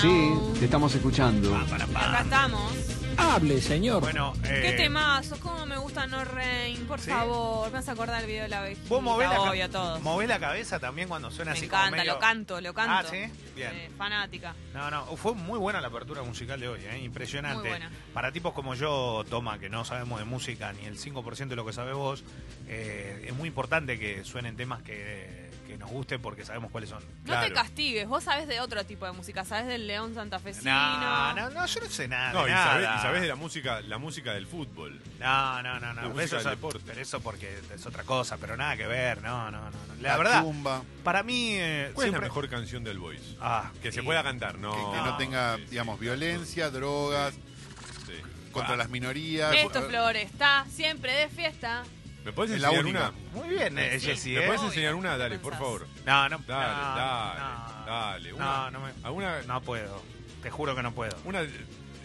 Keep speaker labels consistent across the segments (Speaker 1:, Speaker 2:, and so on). Speaker 1: Sí, te estamos escuchando.
Speaker 2: Acá estamos.
Speaker 3: Hable, señor.
Speaker 4: Bueno, eh,
Speaker 2: Qué temazos, cómo me gusta No Rain, por
Speaker 4: ¿Sí?
Speaker 2: favor. Me vas a acordar el video de la abejita,
Speaker 4: Vos movés la,
Speaker 2: obvio,
Speaker 4: ca-
Speaker 2: todos.
Speaker 4: movés la cabeza también cuando suena
Speaker 2: me
Speaker 4: así como
Speaker 2: encanta,
Speaker 4: medio-
Speaker 2: lo canto, lo canto.
Speaker 4: Ah, ¿sí? Bien.
Speaker 2: Eh, fanática.
Speaker 4: No, no, fue muy buena la apertura musical de hoy, ¿eh? impresionante.
Speaker 2: Muy buena.
Speaker 4: Para tipos como yo, Toma, que no sabemos de música ni el 5% de lo que sabés vos, eh, es muy importante que suenen temas que, que nos gusten porque sabemos cuáles son.
Speaker 2: No
Speaker 5: Claro.
Speaker 2: te castigues, vos sabés de otro tipo de música, sabés del León Santafesino.
Speaker 4: No, no, no, yo no sé nada.
Speaker 5: No,
Speaker 4: de
Speaker 5: y
Speaker 4: nada.
Speaker 5: sabés, y sabés de la música, la música del fútbol.
Speaker 4: No, no, no, no.
Speaker 5: La
Speaker 4: pero
Speaker 5: música
Speaker 4: eso, es,
Speaker 5: del deporte.
Speaker 4: pero eso porque es otra cosa, pero nada que ver, no, no, no. no. La,
Speaker 6: La
Speaker 4: verdad,
Speaker 6: tumba,
Speaker 4: para mí eh,
Speaker 5: ¿Cuál
Speaker 4: siempre-
Speaker 5: es la mejor canción del Voice?
Speaker 4: Ah,
Speaker 5: que se
Speaker 4: sí.
Speaker 5: pueda cantar, ¿no?
Speaker 6: que, que no tenga,
Speaker 5: Sí, sí,
Speaker 6: digamos, violencia, drogas,
Speaker 5: sí.
Speaker 6: contra las minorías.
Speaker 2: Esto
Speaker 6: Eh,
Speaker 2: Floresta, siempre de fiesta.
Speaker 5: ¿Me puedes
Speaker 6: Es la
Speaker 5: enseñar
Speaker 6: única.
Speaker 5: una?
Speaker 4: Muy bien, eh,
Speaker 2: Sí.
Speaker 4: Jessy,
Speaker 5: ¿Me
Speaker 4: ¿eh?
Speaker 5: puedes
Speaker 2: Obvio,
Speaker 5: enseñar una?
Speaker 2: ¿qué
Speaker 5: Dale,
Speaker 2: pensás?
Speaker 5: por favor.
Speaker 4: No, no,
Speaker 5: Dale,
Speaker 4: no,
Speaker 5: dale,
Speaker 4: no.
Speaker 5: dale. Una,
Speaker 4: No, no me-
Speaker 5: alguna-
Speaker 4: No puedo. Te juro que no puedo.
Speaker 5: una-
Speaker 4: es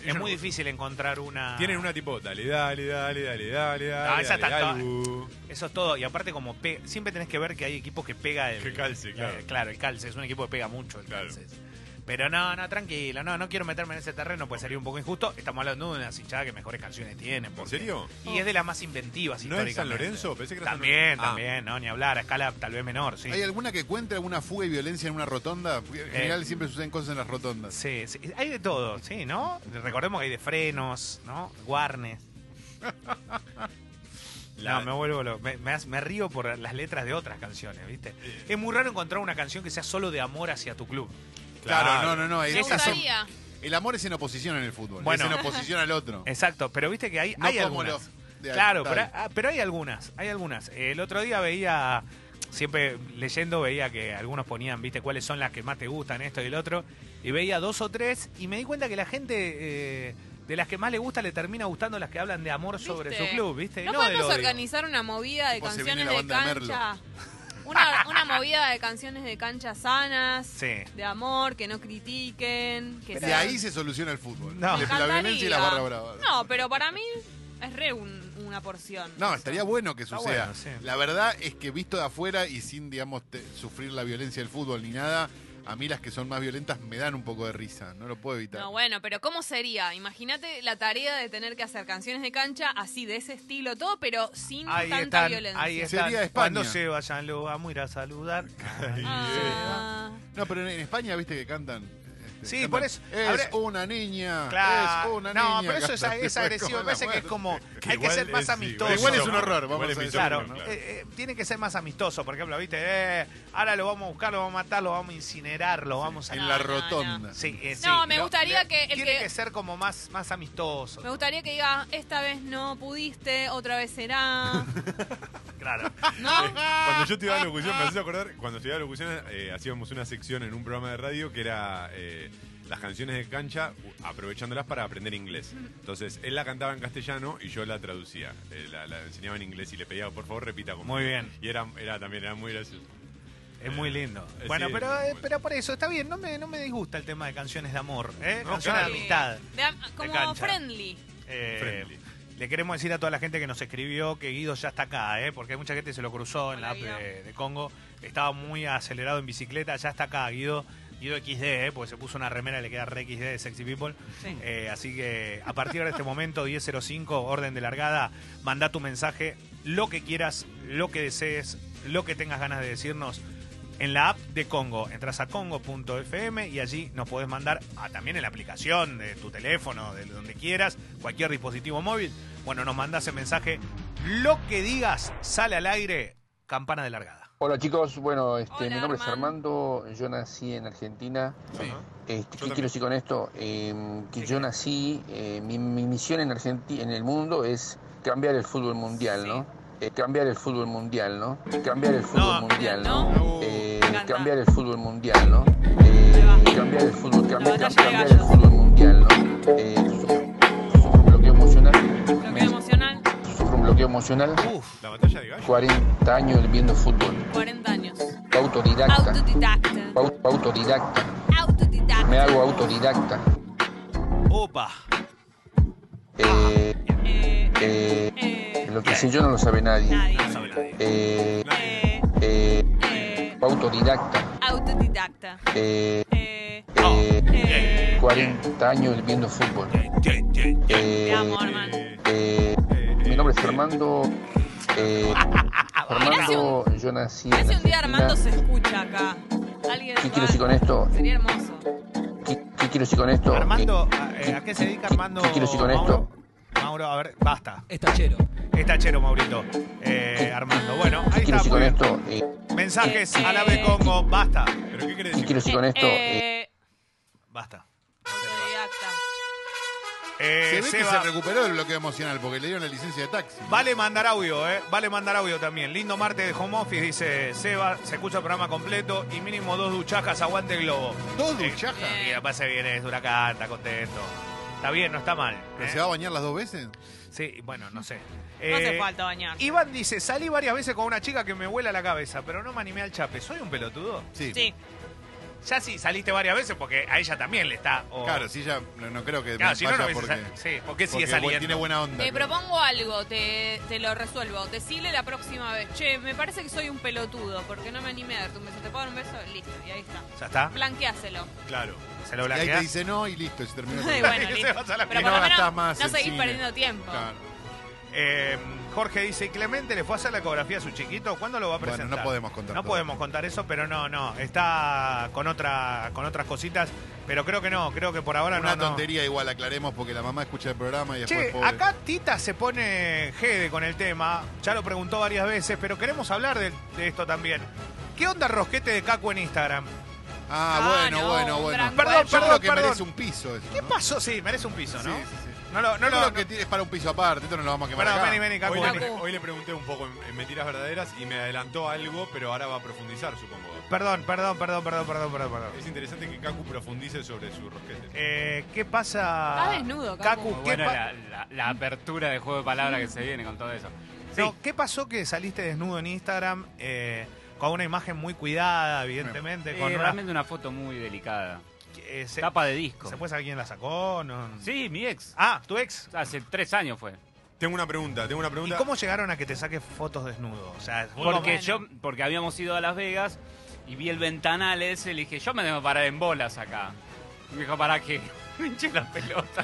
Speaker 5: yo
Speaker 4: muy
Speaker 5: no-
Speaker 4: difícil encontrar una.
Speaker 5: Tienen una tipo, dale, dale, dale, dale, dale, dale.
Speaker 4: No, esa
Speaker 5: dale,
Speaker 4: está
Speaker 5: dale,
Speaker 4: toda-
Speaker 5: uh.
Speaker 4: Eso es todo. Y aparte, como pe- siempre tenés que ver que hay equipos que pega el.
Speaker 5: Que calce, claro.
Speaker 4: Eh, claro, el calce. Es un equipo que pega mucho el
Speaker 5: Claro.
Speaker 4: calce. Pero no, no, tranquilo. No, no quiero meterme en ese terreno, pues sería un poco injusto. Estamos hablando de una hinchada que mejores canciones tienen.
Speaker 5: ¿En
Speaker 4: porque-
Speaker 5: serio?
Speaker 4: Y es de las más inventivas
Speaker 5: ¿No es San
Speaker 4: históricamente.
Speaker 5: Lorenzo? Pensé que era San
Speaker 4: También,
Speaker 5: Lorenzo. Ah.
Speaker 4: también, no, ni hablar, a escala tal vez menor, sí.
Speaker 6: ¿Hay alguna que cuente alguna fuga y violencia en una rotonda? Porque En
Speaker 4: Eh.
Speaker 6: general siempre suceden cosas en las rotondas.
Speaker 4: Sí, sí, hay de todo, sí, ¿no? Recordemos que hay de frenos, ¿no? Guarnes.
Speaker 5: La-
Speaker 4: No, me vuelvo loco. Me, me hace- me río por las letras de otras canciones, ¿viste? Es muy raro encontrar una canción que sea solo de amor hacia tu club.
Speaker 6: Claro,
Speaker 5: Claro.
Speaker 6: no, no, no.
Speaker 2: Me
Speaker 6: esas son-
Speaker 2: gustaría.
Speaker 6: el amor es en oposición en el fútbol.
Speaker 4: Bueno.
Speaker 6: Es en oposición al otro.
Speaker 4: Exacto, pero viste que hay,
Speaker 6: No
Speaker 4: hay
Speaker 6: como
Speaker 4: algunas.
Speaker 6: los de-
Speaker 4: claro,
Speaker 6: tal.
Speaker 4: pero, ah, pero hay algunas, hay algunas. El otro día veía, siempre leyendo, veía que algunos ponían, viste, cuáles son las que más te gustan, esto y el otro. Y veía dos o tres y me di cuenta que la gente eh, de las que más le gusta le termina gustando las que hablan de amor sobre
Speaker 2: ¿Viste?
Speaker 4: su club, viste. Y
Speaker 2: ¿No,
Speaker 4: del
Speaker 2: podemos
Speaker 4: Eh, odio.
Speaker 2: organizar una movida de
Speaker 6: Tipo, se
Speaker 2: canciones
Speaker 6: viene la
Speaker 2: de
Speaker 6: banda de
Speaker 2: cancha? Una, una movida de canciones de cancha sanas,
Speaker 4: Sí.
Speaker 2: de amor, que no critiquen. Que
Speaker 6: De
Speaker 2: sean-
Speaker 6: ahí se soluciona el fútbol.
Speaker 4: No.
Speaker 6: De
Speaker 2: Me
Speaker 6: la violencia y la barra
Speaker 2: encantaría.
Speaker 6: brava.
Speaker 2: No, pero para mí es re un- una porción.
Speaker 6: No, estaría bueno que
Speaker 4: Está
Speaker 6: suceda.
Speaker 4: bueno, sí.
Speaker 6: La verdad es que visto de afuera y sin, digamos, te- sufrir la violencia del fútbol ni nada, a mí las que son más violentas me dan un poco de risa. No lo puedo evitar.
Speaker 2: No, bueno, pero ¿cómo sería? Imagínate la tarea de tener que hacer canciones de cancha así, de ese estilo, todo, pero sin
Speaker 4: Ahí
Speaker 2: tanta
Speaker 4: están,
Speaker 2: violencia.
Speaker 4: ahí
Speaker 6: Sería
Speaker 4: están.
Speaker 6: España.
Speaker 4: Cuando se vayan, lo vamos a ir a saludar.
Speaker 2: Ah,
Speaker 6: No, pero en, en España, viste que cantan. este,
Speaker 4: Sí,
Speaker 6: cantan,
Speaker 4: por eso-
Speaker 6: Es
Speaker 4: habrá-
Speaker 6: una niña.
Speaker 4: Claro.
Speaker 6: Es una
Speaker 4: no,
Speaker 6: niña.
Speaker 4: pero eso es,
Speaker 6: cantan,
Speaker 4: es
Speaker 6: tipo,
Speaker 4: agresivo. Me
Speaker 6: como
Speaker 4: parece
Speaker 6: la
Speaker 4: que es
Speaker 6: muerte.
Speaker 4: como.
Speaker 5: Que
Speaker 4: hay que
Speaker 5: igual
Speaker 4: ser más
Speaker 5: es- igual
Speaker 4: amistoso.
Speaker 5: es
Speaker 6: Igual es un
Speaker 5: Igual
Speaker 6: horror,
Speaker 5: es
Speaker 6: vamos a
Speaker 5: mi
Speaker 6: decir.
Speaker 5: show,
Speaker 4: Claro,
Speaker 5: Claro.
Speaker 4: eh, eh, tiene que ser más amistoso. Por ejemplo, viste, eh, ahora lo vamos a buscar, lo vamos a matar, lo vamos a incinerar, lo vamos a.
Speaker 6: En
Speaker 2: No,
Speaker 6: la
Speaker 2: no,
Speaker 6: rotonda.
Speaker 2: no.
Speaker 4: Sí, eh, sí,
Speaker 2: No, me
Speaker 4: lo-
Speaker 2: gustaría
Speaker 4: le-
Speaker 2: que el
Speaker 4: tiene
Speaker 2: que-
Speaker 4: que ser como más, más amistoso.
Speaker 2: me gustaría que diga, esta vez no pudiste, otra vez será.
Speaker 4: Claro.
Speaker 2: ¿No? Ah,
Speaker 5: Cuando yo estudiaba locución, me haces acordar, cuando estudiaba locución eh, hacíamos una sección en un programa de radio que era eh, las canciones de cancha, u- aprovechándolas para aprender inglés. Entonces, él la cantaba en castellano y yo la traducía. Eh, la, la enseñaba en inglés y le pedía, por favor, repita conmigo.
Speaker 4: Muy bien.
Speaker 5: Y era, era también, era muy gracioso.
Speaker 4: Es muy lindo.
Speaker 5: Eh,
Speaker 4: Bueno,
Speaker 5: sí,
Speaker 4: pero,
Speaker 5: es muy
Speaker 4: eh,
Speaker 5: bueno.
Speaker 4: pero por eso, está bien, no me, no me disgusta el tema de canciones de amor, ¿eh?
Speaker 5: No,
Speaker 4: canciones
Speaker 5: claro.
Speaker 4: de amistad.
Speaker 2: De am- como
Speaker 4: cancha.
Speaker 2: friendly.
Speaker 4: Eh,
Speaker 5: Friendly.
Speaker 4: Le queremos decir a toda la gente que nos escribió que Guido ya está acá, ¿eh? porque mucha gente se lo cruzó en
Speaker 2: Hola,
Speaker 4: la app
Speaker 2: Guido.
Speaker 4: de, de Congo. Estaba muy acelerado en bicicleta, ya está acá Guido. Guido XD, ¿eh? porque se puso una remera y le queda re XD de Sexy People.
Speaker 2: Sí.
Speaker 4: Eh, así que a partir de este momento, 10.05, orden de largada, manda tu mensaje, lo que quieras, lo que desees, lo que tengas ganas de decirnos. En la app de Congo, entras a congo.fm y allí nos podés mandar ah, también en la aplicación de tu teléfono, de donde quieras, cualquier dispositivo móvil. Bueno, nos mandás el mensaje. Lo que digas sale al aire, campana de largada.
Speaker 7: Hola chicos, bueno, este,
Speaker 2: Hola,
Speaker 7: mi nombre es
Speaker 2: Armand.
Speaker 7: Armando, yo nací en Argentina.
Speaker 6: Sí.
Speaker 7: Este, ¿Qué
Speaker 5: también.
Speaker 7: quiero decir con esto? Eh, que
Speaker 4: Sí,
Speaker 7: yo
Speaker 4: claro.
Speaker 7: nací, eh, mi, mi misión en Argentina, en el mundo es cambiar el fútbol mundial,
Speaker 2: Sí.
Speaker 7: ¿no? Eh, cambiar el fútbol mundial, ¿no? Cambiar el
Speaker 4: No,
Speaker 7: fútbol mundial, ¿no?
Speaker 6: ¿no?
Speaker 7: Eh,
Speaker 2: Me encanta.
Speaker 7: cambiar el fútbol mundial, ¿no? Eh,
Speaker 2: Ahí va.
Speaker 7: cambiar el fútbol, cambiar,
Speaker 2: batalla de
Speaker 7: cambiar el
Speaker 2: gallos.
Speaker 7: fútbol mundial, ¿no? Eh, sufro un bloqueo emocional,
Speaker 2: Lo que es emocional,
Speaker 7: sufro un bloqueo emocional,
Speaker 5: Uf, la batalla de gallo.
Speaker 7: 40 años viendo fútbol,
Speaker 2: 40 años.
Speaker 7: autodidacta.
Speaker 2: Autodidacta.
Speaker 7: Au- autodidacta.
Speaker 2: Autodidacta.
Speaker 7: Me hago autodidacta.
Speaker 4: Opa.
Speaker 7: Eh, Eh,
Speaker 2: Eh,
Speaker 7: lo que sé yo no lo sabe nadie.
Speaker 2: nadie.
Speaker 4: No sabe nadie.
Speaker 7: Eh,
Speaker 2: Eh,
Speaker 7: eh,
Speaker 2: eh,
Speaker 7: autodidacta.
Speaker 2: autodidacta.
Speaker 7: Eh,
Speaker 2: Eh,
Speaker 4: No.
Speaker 7: eh,
Speaker 2: eh,
Speaker 7: 40 años viendo fútbol.
Speaker 2: te
Speaker 7: Eh,
Speaker 2: amo, hermano.
Speaker 7: eh, mi nombre es Fernando. eh, Fernando, yo nací en
Speaker 2: Hace un día Armando se
Speaker 7: Argentina.
Speaker 2: escucha acá. Alguien
Speaker 7: ¿Qué
Speaker 2: va-
Speaker 7: quiero decir con esto?
Speaker 2: Sería hermoso.
Speaker 7: ¿Qué, qué quiero decir con esto?
Speaker 4: Armando, ¿a, eh, a qué se dedica Armando?
Speaker 7: ¿Qué quiero decir con
Speaker 4: Mauro?
Speaker 7: esto?
Speaker 4: Mauro, a ver, basta.
Speaker 3: Estachero.
Speaker 4: Es tachero, Maurito. Eh, Armando. Bueno,
Speaker 7: ¿Qué
Speaker 4: ahí
Speaker 7: quiero
Speaker 4: está.
Speaker 7: decir
Speaker 4: muy
Speaker 7: con
Speaker 4: bien.
Speaker 7: esto? Eh,
Speaker 4: Mensajes a la de Congo. Basta.
Speaker 5: ¿Pero qué querés
Speaker 7: ¿Qué quiero
Speaker 5: decir?
Speaker 7: decir con esto? Eh,
Speaker 2: Eh,
Speaker 4: Basta.
Speaker 2: autodidacta.
Speaker 4: Eh,
Speaker 6: Se ve que
Speaker 4: Seba,
Speaker 6: se recuperó el bloqueo emocional porque le dieron la licencia de taxi.
Speaker 4: Vale mandar audio, ¿eh? Vale mandar audio también. Lindo martes de home office, dice Seba. Se escucha el programa completo y mínimo dos duchacas. Aguante el globo.
Speaker 6: Dos
Speaker 4: Eh,
Speaker 6: duchajas.
Speaker 4: Y después se viene, es huracán, está contento. Está bien, no está mal.
Speaker 6: ¿Pero
Speaker 4: ¿eh?
Speaker 6: se va a bañar las dos veces?
Speaker 4: Sí, bueno, no sé.
Speaker 2: No hace
Speaker 4: Eh,
Speaker 2: falta bañar.
Speaker 4: Iván dice, salí varias veces con una chica que me vuela la cabeza, pero no me animé al chape. ¿Soy un pelotudo?
Speaker 6: Sí.
Speaker 2: Sí.
Speaker 4: Ya sí, saliste varias veces porque a ella también le está... o-
Speaker 6: Claro, sí, ya no, no creo que
Speaker 4: Claro,
Speaker 6: me
Speaker 4: si no, no
Speaker 6: vaya
Speaker 4: hubiese
Speaker 6: porque,
Speaker 4: sal- Sí, ¿por qué sigue
Speaker 6: porque
Speaker 4: saliendo?
Speaker 6: tiene buena onda.
Speaker 2: Te
Speaker 6: creo.
Speaker 2: propongo algo, te, te lo resuelvo. Decile la próxima vez. Che, me parece que soy un pelotudo porque no me animé a darte un beso. ¿Te puedo dar un beso? Listo, y ahí está.
Speaker 4: ¿Ya está?
Speaker 2: Blanqueáselo.
Speaker 5: eh, Claro.
Speaker 4: ¿Se lo
Speaker 6: y ahí te
Speaker 4: blanquea?
Speaker 6: dice no y listo, se terminó.
Speaker 2: Y
Speaker 6: el problema.
Speaker 2: bueno,
Speaker 4: Que se
Speaker 2: listo.
Speaker 4: vaya a la
Speaker 2: Pero
Speaker 6: y
Speaker 2: por
Speaker 6: no
Speaker 2: lo menos
Speaker 6: gastás más
Speaker 2: no
Speaker 6: el
Speaker 2: seguís
Speaker 6: cine.
Speaker 2: perdiendo tiempo.
Speaker 6: Claro.
Speaker 4: Eh, Jorge dice, Clemente le fue a hacer la ecografía a su chiquito, ¿cuándo lo va a
Speaker 6: Bueno,
Speaker 4: presentar?
Speaker 6: no podemos contar
Speaker 4: No
Speaker 6: todo.
Speaker 4: podemos contar eso, pero no, no, está con otra con otras cositas, pero creo que no, creo que por ahora
Speaker 6: Una
Speaker 4: no, no.
Speaker 6: tontería igual, aclaremos, porque la mamá escucha el programa y después...
Speaker 4: Che,
Speaker 6: pobre.
Speaker 4: acá Tita se pone jede con el tema, ya lo preguntó varias veces, pero queremos hablar de, de esto también. ¿Qué onda rosquete de Caco en Instagram?
Speaker 6: Ah,
Speaker 2: Ah,
Speaker 6: bueno,
Speaker 2: no,
Speaker 6: bueno,
Speaker 2: un
Speaker 6: bueno.
Speaker 2: gran
Speaker 4: Perdón,
Speaker 6: Yo
Speaker 4: perdón,
Speaker 6: creo que
Speaker 4: perdón.
Speaker 6: merece un piso eso,
Speaker 4: ¿Qué
Speaker 6: ¿no?
Speaker 4: pasó? Sí, merece un piso,
Speaker 6: Sí,
Speaker 4: ¿no?
Speaker 6: sí, sí.
Speaker 4: No lo, no
Speaker 6: Yo
Speaker 4: lo-
Speaker 6: creo
Speaker 4: no-
Speaker 6: que tiene- es para un piso aparte, esto no lo vamos a quemar
Speaker 4: Pará,
Speaker 6: acá.
Speaker 4: vení, vení, Caco,
Speaker 5: Hoy
Speaker 4: vení.
Speaker 5: le, hoy le pregunté un poco en, en Mentiras Verdaderas y me adelantó algo, pero ahora va a profundizar, supongo.
Speaker 4: Perdón, perdón, perdón, perdón, perdón, perdón, perdón.
Speaker 5: Es interesante que Kaku profundice sobre su rosquete.
Speaker 4: Eh, ¿Qué pasa?
Speaker 2: Estás desnudo, Caco.
Speaker 4: Cacu, ¿qué,
Speaker 8: Bueno,
Speaker 4: pa-
Speaker 8: la, la- la apertura de juego de palabras que se viene con todo eso. Sí,
Speaker 4: no, ¿qué pasó que saliste desnudo en Instagram eh, con una imagen muy cuidada, evidentemente?
Speaker 8: eh,
Speaker 4: con una-
Speaker 8: realmente una foto muy delicada.
Speaker 4: eh, se,
Speaker 8: Tapa de disco.
Speaker 4: ¿Se puede saber quién la sacó? No.
Speaker 8: Sí, mi ex.
Speaker 4: Ah, tu ex.
Speaker 8: Hace tres años fue.
Speaker 5: Tengo una pregunta, tengo una
Speaker 4: ¿Y
Speaker 5: pregunta.
Speaker 4: cómo llegaron a que te saques fotos desnudo? O sea, vos
Speaker 8: Porque
Speaker 4: como-
Speaker 8: yo, porque habíamos ido a Las Vegas y vi el ventanal ese y le dije, yo me debo parar en bolas acá. Y me dijo, ¿para qué? Me hinché la pelota.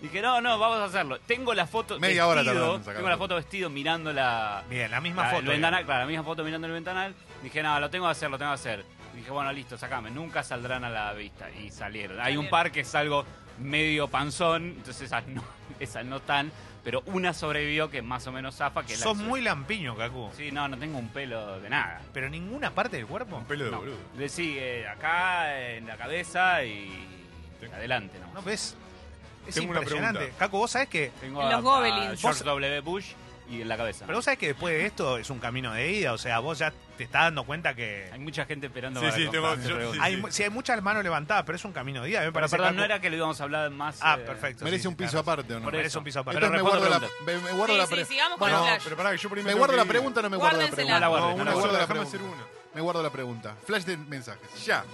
Speaker 8: dije, no, no, vamos a hacerlo. Tengo la foto
Speaker 6: Media hora
Speaker 8: vestido,
Speaker 6: tardaron en sacar
Speaker 8: tengo
Speaker 6: la
Speaker 8: la foto vestido mirando la,
Speaker 4: Bien, la misma
Speaker 8: Ah,
Speaker 4: foto.
Speaker 8: el
Speaker 4: digamos.
Speaker 8: ventanal, claro, la misma foto mirando el ventanal. Dije, no, lo tengo que hacer, lo tengo que hacer. Dije, bueno, listo, sacame. Nunca saldrán a la vista. Y salieron. Hay un
Speaker 2: Salieron.
Speaker 8: par que es algo medio panzón, entonces esas no, esas no tan. Pero una sobrevivió que más o menos zafa. Que es la
Speaker 4: Sos
Speaker 8: que-
Speaker 4: muy lampiño, Cacu.
Speaker 8: Sí, no, no tengo un pelo de nada.
Speaker 4: Pero ninguna parte del cuerpo.
Speaker 5: Un pelo de
Speaker 8: No.
Speaker 5: boludo.
Speaker 8: De- Sí, eh, acá, en la cabeza y adelante. nomás.
Speaker 4: No ves. Es
Speaker 5: Tengo una
Speaker 4: impresionante.
Speaker 5: pregunta.
Speaker 4: Cacu, vos sabés que.
Speaker 8: Tengo
Speaker 2: Los
Speaker 8: a- a
Speaker 2: Gobelins.
Speaker 8: George W. Bush y en la cabeza.
Speaker 4: Pero vos sabés que después de esto es un camino de ida. O sea, vos ya te estás dando cuenta
Speaker 8: Hay
Speaker 4: que.
Speaker 8: mucha gente esperando
Speaker 5: Sí,
Speaker 8: para
Speaker 5: sí,
Speaker 8: comprar,
Speaker 5: tengo-
Speaker 8: me
Speaker 5: yo- sí,
Speaker 8: pregunto.
Speaker 5: sí.
Speaker 4: Hay, mu- sí, hay muchas manos levantadas, pero es un camino de ida. a mí Me
Speaker 8: Pero
Speaker 4: parece
Speaker 8: perdón,
Speaker 4: Cacu-
Speaker 8: no era que lo íbamos a hablar más.
Speaker 4: Ah,
Speaker 8: eh,
Speaker 4: perfecto.
Speaker 6: Merece
Speaker 4: sí,
Speaker 6: un piso
Speaker 4: tenés razón.
Speaker 6: aparte, ¿o no?
Speaker 8: Por
Speaker 4: Merece
Speaker 8: eso.
Speaker 4: un piso aparte.
Speaker 8: Pero
Speaker 6: Entonces me
Speaker 8: respondo
Speaker 6: guardo, la,
Speaker 8: la
Speaker 6: me- me guardo
Speaker 2: Sí,
Speaker 6: la
Speaker 2: sí,
Speaker 6: pre-
Speaker 2: sigamos con
Speaker 6: Bueno,
Speaker 2: el flash.
Speaker 5: Pero pará, que yo primero
Speaker 6: me guardo la
Speaker 5: tengo que ir.
Speaker 6: pregunta o no me guardo la
Speaker 2: Guárdensela.
Speaker 6: pregunta.
Speaker 8: No la guardes,
Speaker 5: No,
Speaker 8: no
Speaker 5: una
Speaker 8: la
Speaker 5: sola,
Speaker 6: guardo la
Speaker 5: déjame
Speaker 6: pregunta.
Speaker 5: hacer una.
Speaker 6: Me guardo la pregunta. Flash de mensajes. Ya.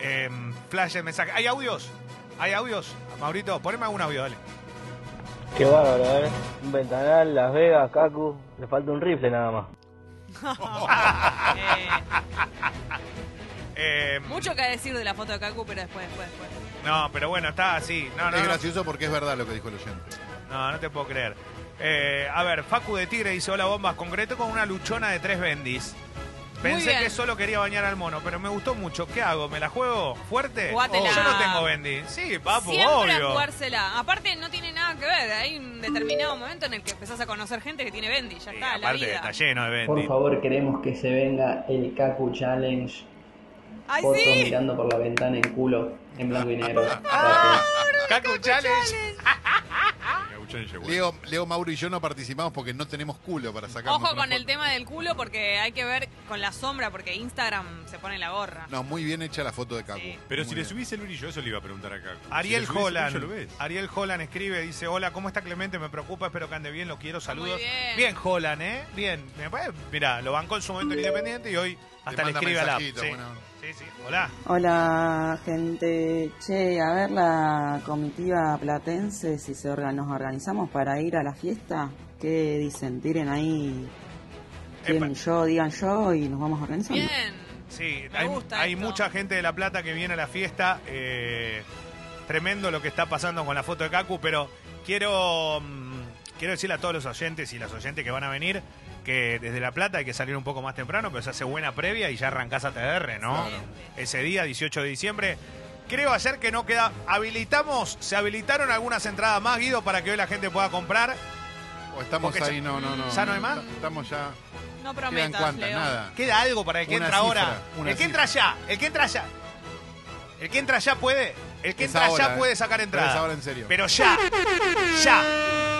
Speaker 4: Eh, flash de mensaje. ¿Hay audios? ¿Hay audios? Maurito, poneme algún audio, dale.
Speaker 9: Qué bárbaro, ¿eh? Un ventanal, Las Vegas, Cacu. Le falta un rifle nada más.
Speaker 2: Eh,
Speaker 4: Eh,
Speaker 2: mucho que decir de la foto de Cacu, pero después, después, después.
Speaker 4: no, pero bueno, está así. No, no,
Speaker 6: es
Speaker 4: no,
Speaker 6: gracioso porque es verdad lo que dijo el oyente.
Speaker 4: no, no te puedo creer. Eh, a ver, Facu de Tigre dice, hola bombas, concreto con una luchona de tres bendis. Pensé
Speaker 2: bien.
Speaker 4: que solo quería bañar al mono, pero me gustó mucho. ¿Qué hago? ¿Me la juego fuerte? Oh,
Speaker 2: Jugátela.
Speaker 4: Yo no tengo bendis. Sí, papu,
Speaker 2: Siempre a
Speaker 4: pues, obvio.
Speaker 2: jugársela. Aparte, no tiene nada que ver. Hay un determinado momento en el que empezás a conocer gente que tiene Bendy. Ya
Speaker 4: Sí,
Speaker 2: está, la
Speaker 4: aparte
Speaker 2: vida.
Speaker 4: está lleno de
Speaker 10: Por
Speaker 4: bendis.
Speaker 10: favor, queremos que se venga el Kaku Challenge.
Speaker 2: ¡Ay,
Speaker 10: Fotos
Speaker 2: sí!
Speaker 10: mirando por la ventana en culo, en blanco y negro.
Speaker 2: Ah.
Speaker 4: Cacu Challenge.
Speaker 5: Cacuchán llegó.
Speaker 6: Leo, Leo, Mauro y yo no participamos porque no tenemos culo para sacar.
Speaker 2: Ojo con el tema del culo porque hay que ver con la sombra porque Instagram se pone la gorra.
Speaker 6: No, muy bien hecha la foto de Cacu.
Speaker 2: Sí.
Speaker 5: Pero
Speaker 6: Muy
Speaker 5: si le
Speaker 6: bien.
Speaker 5: subís el brillo, eso le iba a preguntar a Kaku.
Speaker 4: Ariel
Speaker 5: si le subís el brillo, lo
Speaker 4: Holland. Ah,
Speaker 5: ves.
Speaker 4: Ariel Holland escribe, dice, hola, ¿cómo está Clemente? Me preocupa, espero que ande bien, lo quiero, saludos.
Speaker 2: bien.
Speaker 4: Bien, Holland, ¿eh? Bien. Mira, lo bancó en su momento en Independiente y hoy Hasta le
Speaker 6: manda
Speaker 4: escribe a la app. Sí.
Speaker 6: mensajitos, buena onda.
Speaker 4: sí, sí. Hola.
Speaker 3: Hola, gente. Che, a ver la comitiva platense, si se orga- nos organizamos para ir a la fiesta. ¿Qué dicen? Tiren ahí. Tiren
Speaker 4: Epa.
Speaker 3: yo, digan yo y nos vamos organizando.
Speaker 2: Bien.
Speaker 4: Sí,
Speaker 2: Me
Speaker 4: hay,
Speaker 2: gusta
Speaker 4: hay
Speaker 2: esto.
Speaker 4: mucha gente de La Plata que viene a la fiesta. eh, tremendo lo que está pasando con la foto de Kaku, pero quiero, mm, quiero decirle a todos los oyentes y las oyentes que van a venir que desde La Plata hay que salir un poco más temprano, pero se hace buena previa y ya arrancás a TR, ¿no?
Speaker 2: Claro.
Speaker 4: Ese día, 18 de diciembre. Creo ayer que no queda. Habilitamos, se habilitaron algunas entradas más, Guido, para que hoy la gente pueda comprar.
Speaker 6: O estamos
Speaker 4: Porque
Speaker 6: ahí,
Speaker 4: ya-
Speaker 6: no, no, no.
Speaker 4: ¿Ya no hay más?
Speaker 6: Estamos ya.
Speaker 2: No
Speaker 6: ¿Quedan
Speaker 2: prometas,
Speaker 6: cuántas?
Speaker 2: Leo.
Speaker 6: Nada.
Speaker 4: Queda algo para el que
Speaker 6: Una
Speaker 4: entra
Speaker 6: cifra,
Speaker 4: ahora. El
Speaker 6: una
Speaker 4: que entra ya, el que entra ya. El que entra ya puede. El que
Speaker 6: Es
Speaker 4: entra
Speaker 6: ahora,
Speaker 4: ya
Speaker 6: eh.
Speaker 4: puede sacar
Speaker 6: Pero
Speaker 4: entrada.
Speaker 6: es ahora en serio.
Speaker 4: Pero ya, ya,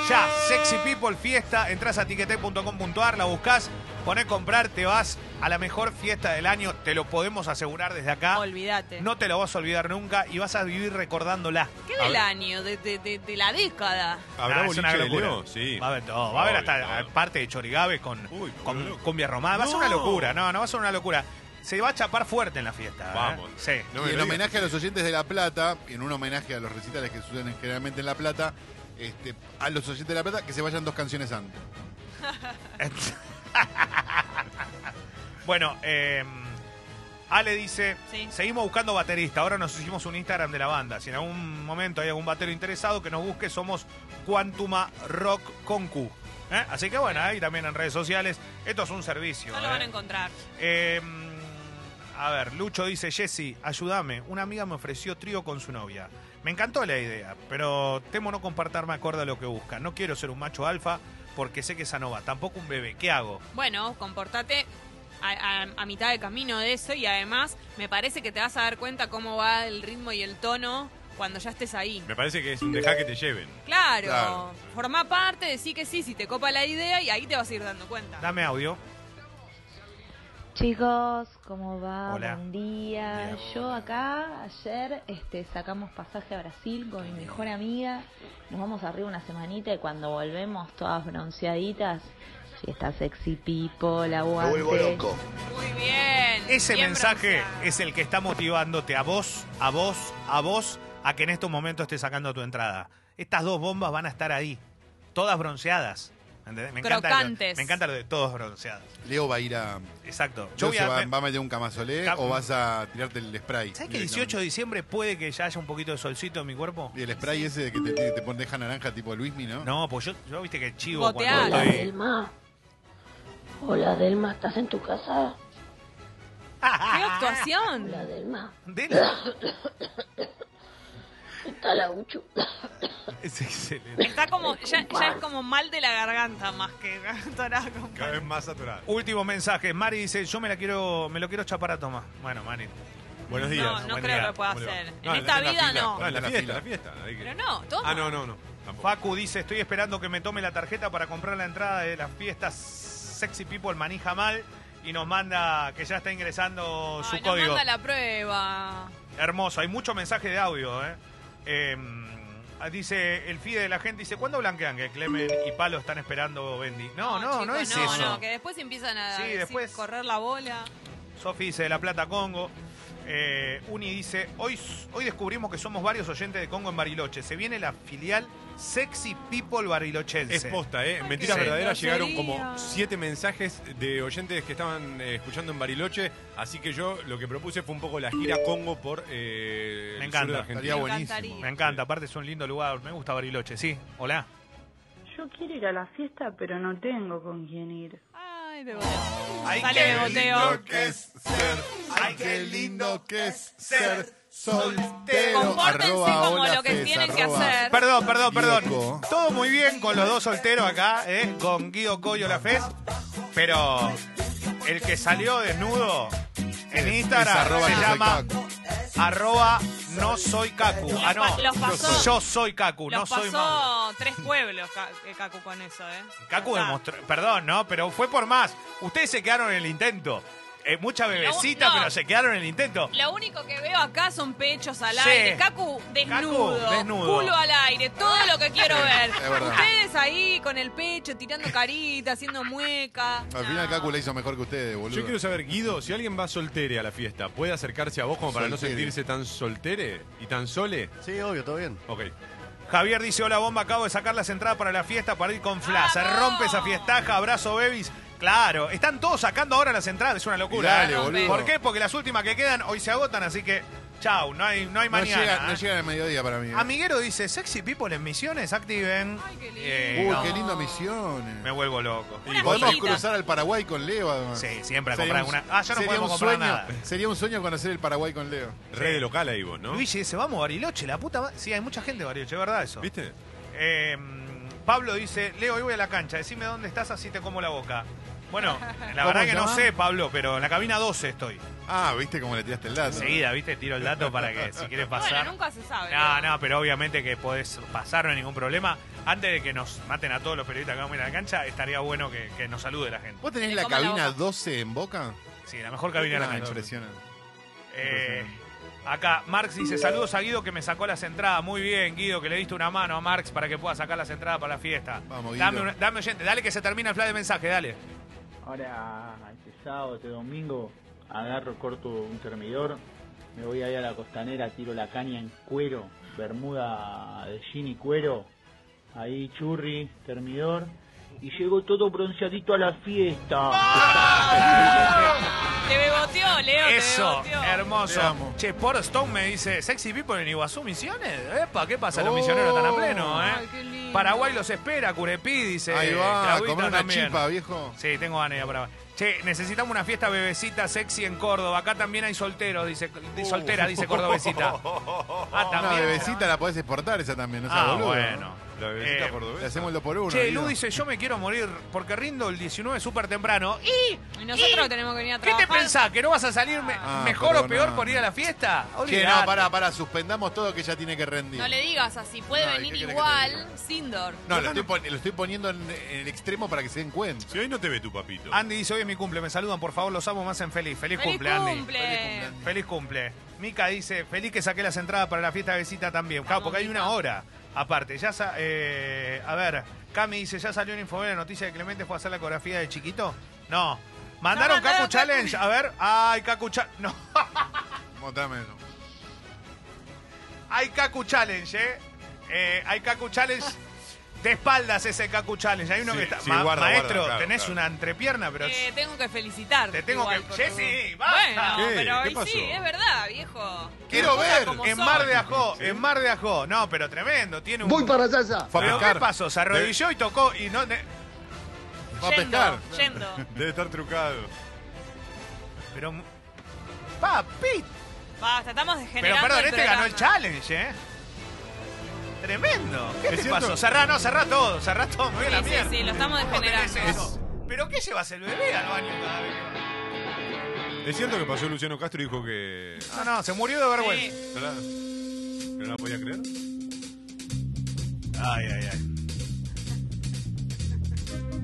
Speaker 4: ya. Sexy People Fiesta. Entrás a tiquete.com.ar, la buscas, ponés comprar, te vas a la mejor fiesta del año. Te lo podemos asegurar desde acá.
Speaker 2: Olvídate.
Speaker 4: No te lo vas a olvidar nunca y vas a vivir recordándola.
Speaker 2: ¿Qué del año? De, de- de- de la década.
Speaker 5: ¿Habrá
Speaker 4: Nah, Ah, es
Speaker 5: boliche
Speaker 4: una
Speaker 5: de
Speaker 4: locura.
Speaker 5: Leo? Sí.
Speaker 4: Va a haber todo. Va a haber
Speaker 5: Obvio,
Speaker 4: hasta
Speaker 5: todo.
Speaker 4: parte de Chorigabe con,
Speaker 5: Uy,
Speaker 4: con
Speaker 5: loco.
Speaker 4: cumbia romana. Va a ser una
Speaker 5: No.
Speaker 4: locura. No, no va a ser una locura. Se va a chapar fuerte en la fiesta. ¿eh?
Speaker 5: Vamos.
Speaker 4: Sí.
Speaker 5: No
Speaker 6: y
Speaker 5: me
Speaker 6: en
Speaker 5: lo
Speaker 6: homenaje a los oyentes de La Plata, y en un homenaje a los recitales que suceden generalmente en La Plata, este, a los oyentes de La Plata que se vayan dos canciones antes.
Speaker 4: Bueno, eh, Ale dice,
Speaker 2: Sí.
Speaker 4: seguimos buscando baterista. Ahora nos hicimos un Instagram de la banda. Si en algún momento hay algún batero interesado que nos busque, somos Quantuma Rock con Q. ¿Eh? Así que bueno, ahí también en redes sociales. Esto es un servicio.
Speaker 2: No lo van a
Speaker 4: ¿eh?
Speaker 2: encontrar.
Speaker 4: Eh, a ver, Lucho dice, Jesse, ayúdame. Una amiga me ofreció trío con su novia. Me encantó la idea, pero temo no compartirme acorde a lo que busca. No quiero ser un macho alfa porque sé que esa no va. Tampoco un bebé. ¿Qué hago?
Speaker 2: Bueno, comportate a, a- a mitad de camino de eso y además me parece que te vas a dar cuenta cómo va el ritmo y el tono cuando ya estés ahí.
Speaker 5: Me parece que es un dejar que te lleven.
Speaker 2: Claro,
Speaker 6: Claro.
Speaker 2: formá parte, decí que sí, si te copa la idea y ahí te vas a ir dando cuenta.
Speaker 4: Dame audio.
Speaker 11: Chicos, ¿cómo va?
Speaker 4: Hola.
Speaker 11: Buen día.
Speaker 4: Bien.
Speaker 11: Yo acá ayer este, sacamos pasaje a Brasil con mi mejor amiga. Nos vamos arriba una semanita y cuando volvemos todas bronceaditas, si está sexy people, aguante.
Speaker 2: Muy bien.
Speaker 4: Ese
Speaker 2: bien
Speaker 4: mensaje
Speaker 2: bronceada.
Speaker 4: es el que está motivándote a vos, a vos, a vos, a que en estos momentos estés sacando tu entrada. Estas dos bombas van a estar ahí, todas bronceadas. ¿entendés? Me encanta, lo-
Speaker 2: Crocantes.
Speaker 4: me encanta lo de todos bronceados.
Speaker 6: Leo va a ir a.
Speaker 4: Exacto. Yo
Speaker 6: Yo
Speaker 4: voy a-
Speaker 6: va,
Speaker 4: me-
Speaker 6: va a meter un camazolé
Speaker 4: Cam-
Speaker 6: o vas a tirarte el spray.
Speaker 4: ¿Sabes que 18 de diciembre puede que ya haya un poquito de solcito en mi cuerpo?
Speaker 6: Y el spray ese de que te, te, te pon- deja naranja tipo Luismi, ¿no?
Speaker 4: No, pues yo, yo viste que chivo
Speaker 2: Botear.
Speaker 4: cuando
Speaker 2: Hola,
Speaker 4: estoy.
Speaker 11: Hola Delma, ¿estás en tu casa?
Speaker 4: Ah,
Speaker 2: ¡Qué actuación!
Speaker 11: Hola Delma,
Speaker 4: Dela.
Speaker 11: está la Uchu.
Speaker 4: Es excelente.
Speaker 2: Está como, ya, ya es como mal de la garganta más que atorada con
Speaker 5: Cada vez más saturado.
Speaker 4: Último mensaje. Mari dice, yo me la quiero, me lo quiero chapar a Tomás. Bueno, Mari.
Speaker 5: Buenos días.
Speaker 2: No, no
Speaker 4: buen
Speaker 2: creo
Speaker 4: día.
Speaker 2: que lo pueda
Speaker 5: ¿Cómo le va?
Speaker 2: hacer.
Speaker 5: No,
Speaker 2: en
Speaker 5: la-
Speaker 2: esta
Speaker 5: en la
Speaker 2: vida no.
Speaker 5: fila. No, en la
Speaker 6: En la
Speaker 5: fiesta,
Speaker 6: fila.
Speaker 5: la fiesta. Hay que-
Speaker 2: Pero no, toma.
Speaker 5: Ah, no, no, no. Tampoco.
Speaker 4: Facu dice, estoy esperando que me tome la tarjeta para comprar la entrada de las fiestas Sexy People Manija Mal y nos manda que ya está ingresando
Speaker 2: Ay,
Speaker 4: su
Speaker 2: no
Speaker 4: código.
Speaker 2: Ah, manda la prueba.
Speaker 4: Hermoso, hay mucho mensaje de audio. ¿eh? Eh, dice el FIDE de la gente, dice, ¿cuándo blanquean que Clemen y Palo están esperando Bendy? No, no, no,
Speaker 2: chicos,
Speaker 4: es
Speaker 2: no,
Speaker 4: eso.
Speaker 2: No, que después empiezan a
Speaker 4: Sí,
Speaker 2: decir,
Speaker 4: después-
Speaker 2: correr la bola.
Speaker 4: Sofi dice de La Plata Congo. Eh, Uni dice, hoy, hoy descubrimos que somos varios oyentes de Congo en Bariloche. Se viene la filial Sexy People Barilochense.
Speaker 5: Es posta, ¿eh?
Speaker 2: Ay,
Speaker 5: Mentiras
Speaker 4: qué
Speaker 5: verdaderas
Speaker 2: grosería.
Speaker 5: llegaron como siete mensajes de oyentes que estaban eh, escuchando en Bariloche. Así que yo lo que propuse fue un poco la gira Congo por eh,
Speaker 4: Me
Speaker 5: el sur de
Speaker 4: encanta.
Speaker 5: Argentina.
Speaker 6: Estaría
Speaker 2: Me
Speaker 6: buenísimo.
Speaker 2: encantaría.
Speaker 4: Me encanta, aparte es un lindo lugar. Me gusta Bariloche, sí. Hola.
Speaker 11: Yo quiero ir a la fiesta, pero no tengo con quién ir.
Speaker 2: Ay, beboteo.
Speaker 4: Ay,
Speaker 2: Sale
Speaker 4: qué
Speaker 2: beboteo.
Speaker 6: que es ser,
Speaker 4: ay, qué
Speaker 6: lindo que es
Speaker 4: ser
Speaker 6: soltero.
Speaker 2: Compórtense como lo que tienen que hacer.
Speaker 4: Perdón, perdón, perdón.
Speaker 6: Guido Co.
Speaker 4: Todo muy bien con los dos solteros acá, ¿eh? con Guido Coyo La Fez. Pero el que salió desnudo en
Speaker 6: Es-
Speaker 4: Instagram
Speaker 6: es arroba
Speaker 4: se
Speaker 6: no soy
Speaker 4: llama
Speaker 6: Cacu.
Speaker 4: arroba no soy Cacu. Ah, no.
Speaker 2: Los pasó.
Speaker 4: Yo soy Cacu,
Speaker 2: Los
Speaker 4: Uh, no soy Mau.
Speaker 2: pasó tres pueblos, Ca- eh, Cacu, con eso, ¿eh?
Speaker 4: Cacu
Speaker 2: Total.
Speaker 4: demostró, perdón, ¿no? Pero fue por más. Ustedes se quedaron en el intento. eh, mucha bebecita,
Speaker 2: No, no.
Speaker 4: pero se quedaron en el intento.
Speaker 2: Lo único que veo acá son pechos al
Speaker 4: Sí.
Speaker 2: aire, Cacu desnudo,
Speaker 4: Cacu desnudo.
Speaker 2: culo al aire, todo lo que quiero
Speaker 6: Sí,
Speaker 2: ver.
Speaker 6: es verdad.
Speaker 2: Ustedes ahí con el pecho, tirando carita, haciendo mueca.
Speaker 6: Al final Cacu la hizo mejor que ustedes, boludo.
Speaker 5: Yo quiero saber, Guido, si alguien va soltere a la fiesta, ¿puede acercarse a vos como para no
Speaker 6: Soltere.
Speaker 5: sentirse tan soltere y tan sole?
Speaker 4: Sí, obvio, todo bien.
Speaker 5: Ok.
Speaker 4: Javier dice, hola bomba, acabo de sacar las entradas para la fiesta para ir con Fla. Se rompe esa fiestaja, abrazo bebis. Claro, están todos sacando ahora las entradas, es una locura.
Speaker 6: Dale,
Speaker 4: ¿eh?
Speaker 6: boludo.
Speaker 4: ¿Por qué? Porque las últimas que quedan hoy se agotan, así que chau, no hay, no hay
Speaker 6: No
Speaker 4: mañana.
Speaker 6: llega- no
Speaker 4: ¿eh?
Speaker 6: llegan al mediodía para mí. ¿eh?
Speaker 4: Amiguero dice, sexy people en misiones, activen. Eh,
Speaker 6: Uy,
Speaker 4: no,
Speaker 6: qué lindo misiones.
Speaker 4: Me vuelvo loco.
Speaker 6: Y podemos cruzar al Paraguay con Leo, además.
Speaker 4: Sí, siempre a
Speaker 6: Sería
Speaker 4: comprar
Speaker 6: un-
Speaker 4: una- Ah, ya no
Speaker 6: sería
Speaker 4: podemos
Speaker 6: un
Speaker 4: comprar
Speaker 6: sueño-
Speaker 4: nada.
Speaker 6: Sería un sueño conocer el Paraguay con Leo.
Speaker 5: Red de local ahí vos, ¿no?
Speaker 4: Luigi dice, vamos a Bariloche, la puta madre. Sí, hay mucha gente de Bariloche, es verdad eso.
Speaker 5: ¿Viste?
Speaker 4: Eh, Pablo dice, Leo, hoy voy a la cancha, decime dónde estás, así te como la boca. Bueno, la
Speaker 6: ¿Cómo
Speaker 4: verdad que
Speaker 6: se
Speaker 4: no
Speaker 6: llama?
Speaker 4: sé, Pablo, pero en la cabina 12 estoy.
Speaker 6: Ah, viste cómo le tiraste el dato.
Speaker 4: Enseguida, viste, tiro el dato para que si quieres pasar.
Speaker 2: Bueno, nunca se sabe.
Speaker 4: No, no, pero obviamente que podés pasar, no hay ningún problema. Antes de que nos maten a todos los periodistas que vamos a ir a la cancha, estaría bueno que, que nos salude la gente.
Speaker 6: ¿Vos tenés
Speaker 2: Me
Speaker 6: la
Speaker 2: come la
Speaker 6: cabina
Speaker 2: boca.
Speaker 6: 12 en Boca?
Speaker 4: Sí, la mejor cabina de la
Speaker 6: Ah,
Speaker 4: cancha.
Speaker 6: Impresionante.
Speaker 4: Eh, acá, Marx dice, saludos a Guido que me sacó las entradas. Muy bien, Guido, que le diste una mano a Marx para que pueda sacar las entradas para la fiesta.
Speaker 6: Vamos, Guido.
Speaker 4: dame, una- dame oyente, dale que se termina el flash de mensaje, dale.
Speaker 9: Ahora, este sábado, este domingo, agarro, corto un termidor, me voy ahí a la costanera, tiro la caña en cuero, bermuda de jean y cuero, ahí churri, termidor, y llego todo bronceadito a la
Speaker 2: ¡Ah!
Speaker 9: fiesta.
Speaker 2: Te beboteó, Leo.
Speaker 4: Eso,
Speaker 2: te beboteó.
Speaker 6: Te
Speaker 4: hermoso.
Speaker 6: amo.
Speaker 4: Che, Poro Stone me dice, sexy people en Iguazú, misiones. Epa, ¿qué pasa? Los
Speaker 6: Oh.
Speaker 4: misioneros están a pleno, ¿eh?
Speaker 2: Ay, qué lindo.
Speaker 4: Paraguay los espera, Curepí, dice.
Speaker 6: Ahí va,
Speaker 4: Claguita
Speaker 6: comer una
Speaker 4: también.
Speaker 6: chipa, viejo.
Speaker 4: Sí, tengo ganas ya para. Che, necesitamos una fiesta bebecita sexy en Córdoba. Acá también hay solteros, dice, di- soltera, dice Cordobesita. Ah,
Speaker 6: Oh. Una
Speaker 4: también.
Speaker 6: bebecita la podés exportar esa también, no seas
Speaker 4: Ah,
Speaker 6: boludo.
Speaker 4: bueno.
Speaker 5: La bebecita
Speaker 4: Eh,
Speaker 6: Le
Speaker 5: cordobesa.
Speaker 6: hacemos lo por uno.
Speaker 4: Che, Lu
Speaker 6: Guido.
Speaker 4: dice, yo me quiero morir porque rindo el 19 súper temprano. ¿Y
Speaker 2: Y nosotros tenemos que venir a
Speaker 4: qué
Speaker 2: trabajar.
Speaker 4: te pensás? ¿Que no vas a salir me-
Speaker 6: Ah,
Speaker 4: mejor o
Speaker 6: perdóname.
Speaker 4: peor por ir a la fiesta?
Speaker 6: Che,
Speaker 4: Olvidate.
Speaker 6: no, pará, pará, suspendamos todo que ya tiene que rendir.
Speaker 2: No le digas así, puede
Speaker 6: No, ¿y
Speaker 2: venir
Speaker 6: qué querés que te
Speaker 2: igual, Sindor.
Speaker 6: No, lo estoy, poni- lo estoy poniendo en, en el extremo para que se den cuenta.
Speaker 5: Si hoy no te ve tu papito.
Speaker 4: Andy dice, hoy es mi cumple, me saludan, por favor, los amo más en feliz. Feliz,
Speaker 2: ¡Feliz
Speaker 4: cumple, Andy.
Speaker 2: cumple!
Speaker 4: Feliz cumple. Mica dice, feliz que saqué las entradas para la fiesta de visita también. Claro, porque hay una hora. Aparte, ya sa- eh, a ver, Cami dice, ¿ya salió un informe de la noticia de Clemente fue a hacer la coreografía de chiquito? No.
Speaker 2: No,
Speaker 4: ¿Mandaron
Speaker 2: mandaron
Speaker 4: Kaku
Speaker 2: Kaku.
Speaker 4: Challenge? A ver, ay, Kaku Challenge. No,
Speaker 6: Mostrame eso.
Speaker 4: hay Kaku Challenge, ¿eh? Eh, hay Kaku Challenge. De espaldas ese Kaku Challenge. Hay uno
Speaker 5: Sí,
Speaker 4: que está.
Speaker 5: sí, guarda,
Speaker 4: maestro,
Speaker 5: guarda, claro,
Speaker 4: tenés
Speaker 5: claro.
Speaker 4: una entrepierna, pero.
Speaker 2: Te tengo que felicitar.
Speaker 4: Te tengo
Speaker 2: igual
Speaker 4: que-
Speaker 2: por
Speaker 4: Jessy,
Speaker 2: tu-
Speaker 4: basta.
Speaker 2: Bueno,
Speaker 5: ¿Qué?
Speaker 2: pero
Speaker 5: ¿Qué
Speaker 2: hoy
Speaker 5: pasó?
Speaker 2: sí, es verdad, viejo.
Speaker 6: Quiero
Speaker 2: Las cosas
Speaker 6: ver.
Speaker 2: como
Speaker 4: En
Speaker 2: son.
Speaker 4: Mar de Ajó, en Mar de Ajó. No, pero tremendo. Tiene un.
Speaker 7: allá.
Speaker 6: Fue a
Speaker 4: Ah, Pero
Speaker 6: pescar.
Speaker 4: ¿qué pasó? Se arrodilló y tocó y no. ne-
Speaker 6: Va a
Speaker 2: Yendo,
Speaker 6: pescar.
Speaker 2: Yendo.
Speaker 5: Debe estar trucado.
Speaker 4: Pero. Papi.
Speaker 2: Basta, estamos
Speaker 4: Pero
Speaker 2: degenerando
Speaker 4: perdón,
Speaker 2: el
Speaker 4: este ganó el
Speaker 2: programa.
Speaker 4: challenge, ¿eh? Tremendo. ¿Qué
Speaker 6: ¿Es
Speaker 4: te
Speaker 6: cierto?
Speaker 4: pasó? Cerrá, no, cerrá todo. Cerrá todo. Me voy a la
Speaker 2: Sí, sí,
Speaker 4: mierda.
Speaker 2: sí, lo estamos
Speaker 4: ¿Cómo tenés
Speaker 2: degenerando.
Speaker 4: eso? ¿Pero qué llevas el bebé al baño cada vez?
Speaker 5: Es cierto que pasó Luciano Castro y dijo que.
Speaker 4: No, no, se murió de vergüenza.
Speaker 2: Sí.
Speaker 5: ¿Verdad? ¿Que ¿No la podía creer?
Speaker 4: Ay, ay, ay.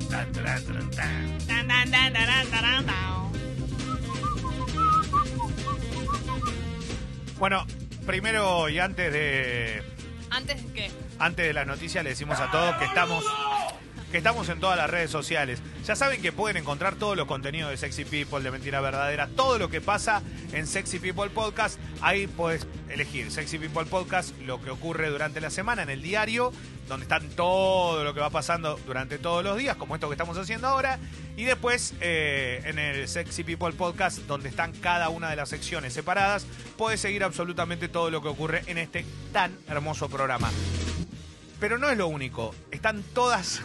Speaker 4: Tan, tan, tan, tan.
Speaker 2: Tan, tan, tan, tarán, tarán, tao.
Speaker 4: Bueno, primero y antes de
Speaker 2: Antes de que.
Speaker 4: Antes de las noticias le decimos a todos que estamos que estamos en todas las redes sociales. Ya saben que pueden encontrar todos los contenidos de Sexy People, de Mentira Verdadera, todo lo que pasa en Sexy People Podcast. Ahí puedes elegir Sexy People Podcast, lo que ocurre durante la semana en el diario, donde están todo lo que va pasando durante todos los días, como esto que estamos haciendo ahora. Y después eh, en el Sexy People Podcast, donde están cada una de las secciones separadas, puedes seguir absolutamente todo lo que ocurre en este tan hermoso programa. Pero no es lo único. Están todas.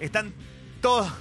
Speaker 4: Están todos.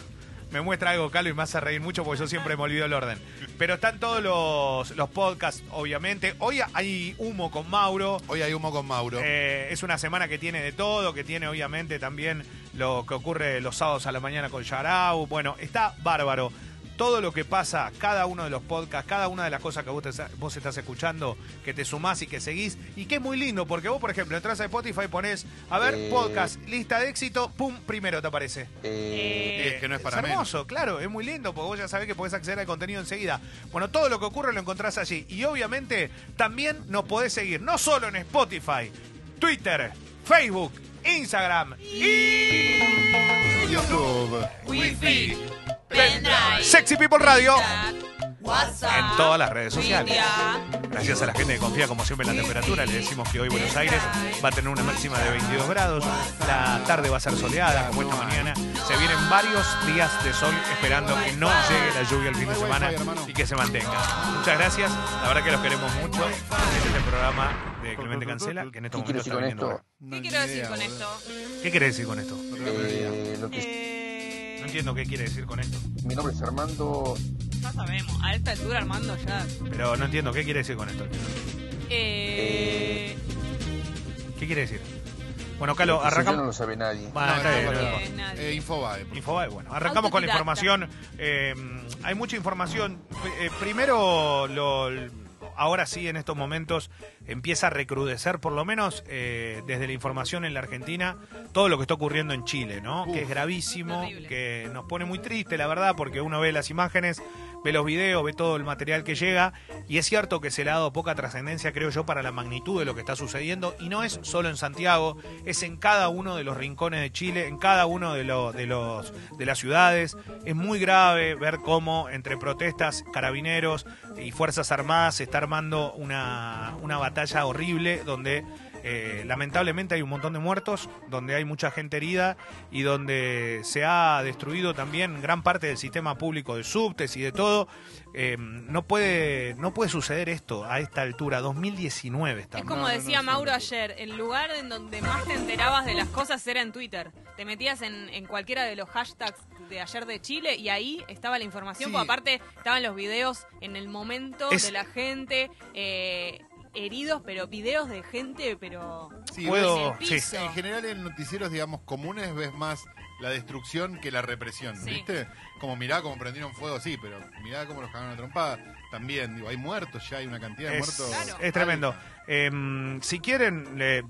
Speaker 4: Me muestra algo, Calo, y me hace reír mucho porque yo siempre me olvido el orden. Pero están todos los, los podcasts, obviamente. Hoy hay humo con Mauro.
Speaker 6: Hoy hay humo con Mauro.
Speaker 4: Eh, es una semana que tiene de todo, que tiene obviamente también lo que ocurre los sábados a la mañana con Yarau. Bueno, está bárbaro. todo lo que pasa, cada uno de los podcasts, cada una de las cosas que vos, te- vos estás escuchando, que te sumás y que seguís, y que es muy lindo, porque vos, por ejemplo, entras a Spotify, pones, a ver,
Speaker 6: Eh.
Speaker 4: podcast, lista de éxito, pum, primero te aparece.
Speaker 2: eh,
Speaker 6: Y es que no es para menos.
Speaker 4: hermoso, claro, es muy lindo, porque vos ya sabés que podés acceder al contenido enseguida. Bueno, todo lo que ocurre lo encontrás allí. Y obviamente también nos podés seguir, no solo en Spotify, Twitter, Facebook, Instagram y
Speaker 6: YouTube.
Speaker 4: Wi-Fi. Sexy People Radio. En todas las redes sociales. Gracias a la gente que confía, como siempre, en la temperatura. Le decimos que hoy Buenos Aires va a tener una máxima de 22 grados. La tarde va a ser soleada, como esta mañana. Se vienen varios días de sol esperando que no llegue la lluvia el fin de semana y que se mantenga. Muchas gracias. La verdad que los queremos mucho. Este es el programa de Clemente Cancela, que en estos
Speaker 7: ¿Qué quiere
Speaker 4: momentos
Speaker 7: decir
Speaker 4: está
Speaker 7: con
Speaker 4: viniendo
Speaker 7: esto?
Speaker 2: ¿Qué quiero decir con esto?
Speaker 4: ¿Qué quiere decir con esto?
Speaker 7: Eh, lo que-
Speaker 2: Eh,
Speaker 4: No entiendo qué quiere decir con esto.
Speaker 7: Mi nombre es Armando.
Speaker 2: Ya sabemos, a esta altura Armando ya.
Speaker 4: Pero no entiendo qué quiere decir con esto.
Speaker 2: Eh,
Speaker 4: ¿Qué quiere decir? Bueno, Calo,
Speaker 7: Lo que sucedió
Speaker 4: arrancamos.
Speaker 7: no lo sabe nadie.
Speaker 4: Bueno, está bien, no importa.
Speaker 6: Eh, Infobae. por
Speaker 4: Infobae, bueno, arrancamos con la
Speaker 2: Autodidacta.
Speaker 4: información. Eh, hay mucha información. Eh, primero, lo- ahora sí, en estos momentos, empieza a recrudecer, por lo menos eh, desde la información en la Argentina, todo lo que está ocurriendo en Chile, ¿no?
Speaker 6: Uf.
Speaker 4: Que es gravísimo, que nos pone muy triste, la verdad, porque uno ve las imágenes, ve los videos, ve todo el material que llega, y es cierto que se le ha dado poca trascendencia, creo yo, para la magnitud de lo que está sucediendo, y no es solo en Santiago, es en cada uno de los rincones de Chile, en cada uno de, lo- de los, de las ciudades. Es muy grave ver cómo entre protestas, carabineros y Fuerzas Armadas se está armando una, una batalla horrible donde eh, lamentablemente hay un montón de muertos, donde hay mucha gente herida y donde se ha destruido también gran parte del sistema público de subtes y de todo. Eh, no, puede, no puede suceder esto a esta altura,
Speaker 2: es
Speaker 4: 2019 estamos.
Speaker 2: como decía Mauro ayer, el lugar en donde más te enterabas de las cosas era en Twitter. Te metías en, en cualquiera de los hashtags de ayer de Chile y ahí estaba la información,
Speaker 6: Sí.
Speaker 2: porque aparte estaban los videos en el momento
Speaker 4: Es-
Speaker 2: de la gente. eh, heridos, pero videos de gente, pero...
Speaker 6: Sí,
Speaker 4: Puedo-
Speaker 6: ves-
Speaker 2: Oh, sí.
Speaker 6: En general en noticieros, digamos, comunes ves más la destrucción que la represión,
Speaker 2: Sí.
Speaker 6: ¿viste? Como mirá cómo prendieron fuego, sí, pero mirá cómo los cagaron a trompada. También, digo, hay muertos ya, hay una cantidad de
Speaker 4: es,
Speaker 6: muertos.
Speaker 4: es tremendo. Em, si quieren, le-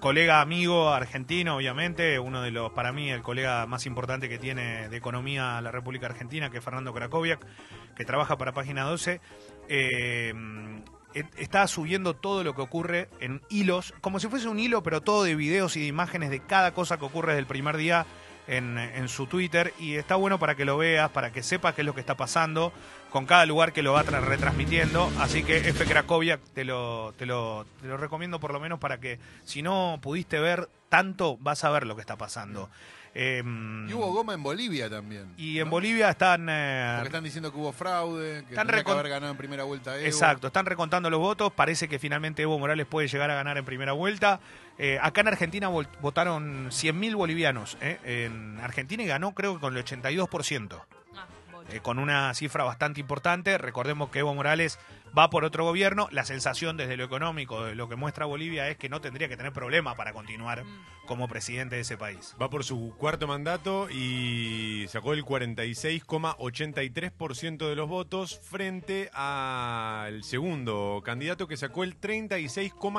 Speaker 4: colega amigo argentino, obviamente, uno de los, para mí, el colega más importante que tiene de economía la República Argentina, que es Fernando Krakowiak, que trabaja para Página 12, em, et- está subiendo todo lo que ocurre en hilos, como si fuese un hilo, pero todo de videos y de imágenes de cada cosa que ocurre desde el primer día en, en su Twitter y está bueno para que lo veas, para que sepas qué es lo que está pasando con cada lugar que lo va tra- retransmitiendo. Así que F. Cracovia te lo, te, lo, te lo recomiendo por lo menos para que si no pudiste ver tanto, vas a ver lo que está pasando. Em,
Speaker 6: Y hubo goma en Bolivia también.
Speaker 4: y en Bolivia están... eh,
Speaker 6: Porque están diciendo que hubo fraude, que
Speaker 4: Están
Speaker 6: tendría que
Speaker 4: recon-
Speaker 6: haber ganado en primera vuelta Evo.
Speaker 4: Exacto, están recontando los votos. Parece que finalmente Evo Morales puede llegar a ganar en primera vuelta. Eh, acá en Argentina vol- votaron 100.000 bolivianos. ¿eh? En Argentina y ganó creo que con el 82%.
Speaker 2: Ah, bocha.
Speaker 4: eh, con una cifra bastante importante. Recordemos que Evo Morales va por otro gobierno. La sensación desde lo económico, de lo que muestra Bolivia, es que no tendría que tener problema para continuar como presidente de ese país.
Speaker 5: Va por su cuarto mandato y sacó el 46,83% de los votos frente al segundo candidato que sacó el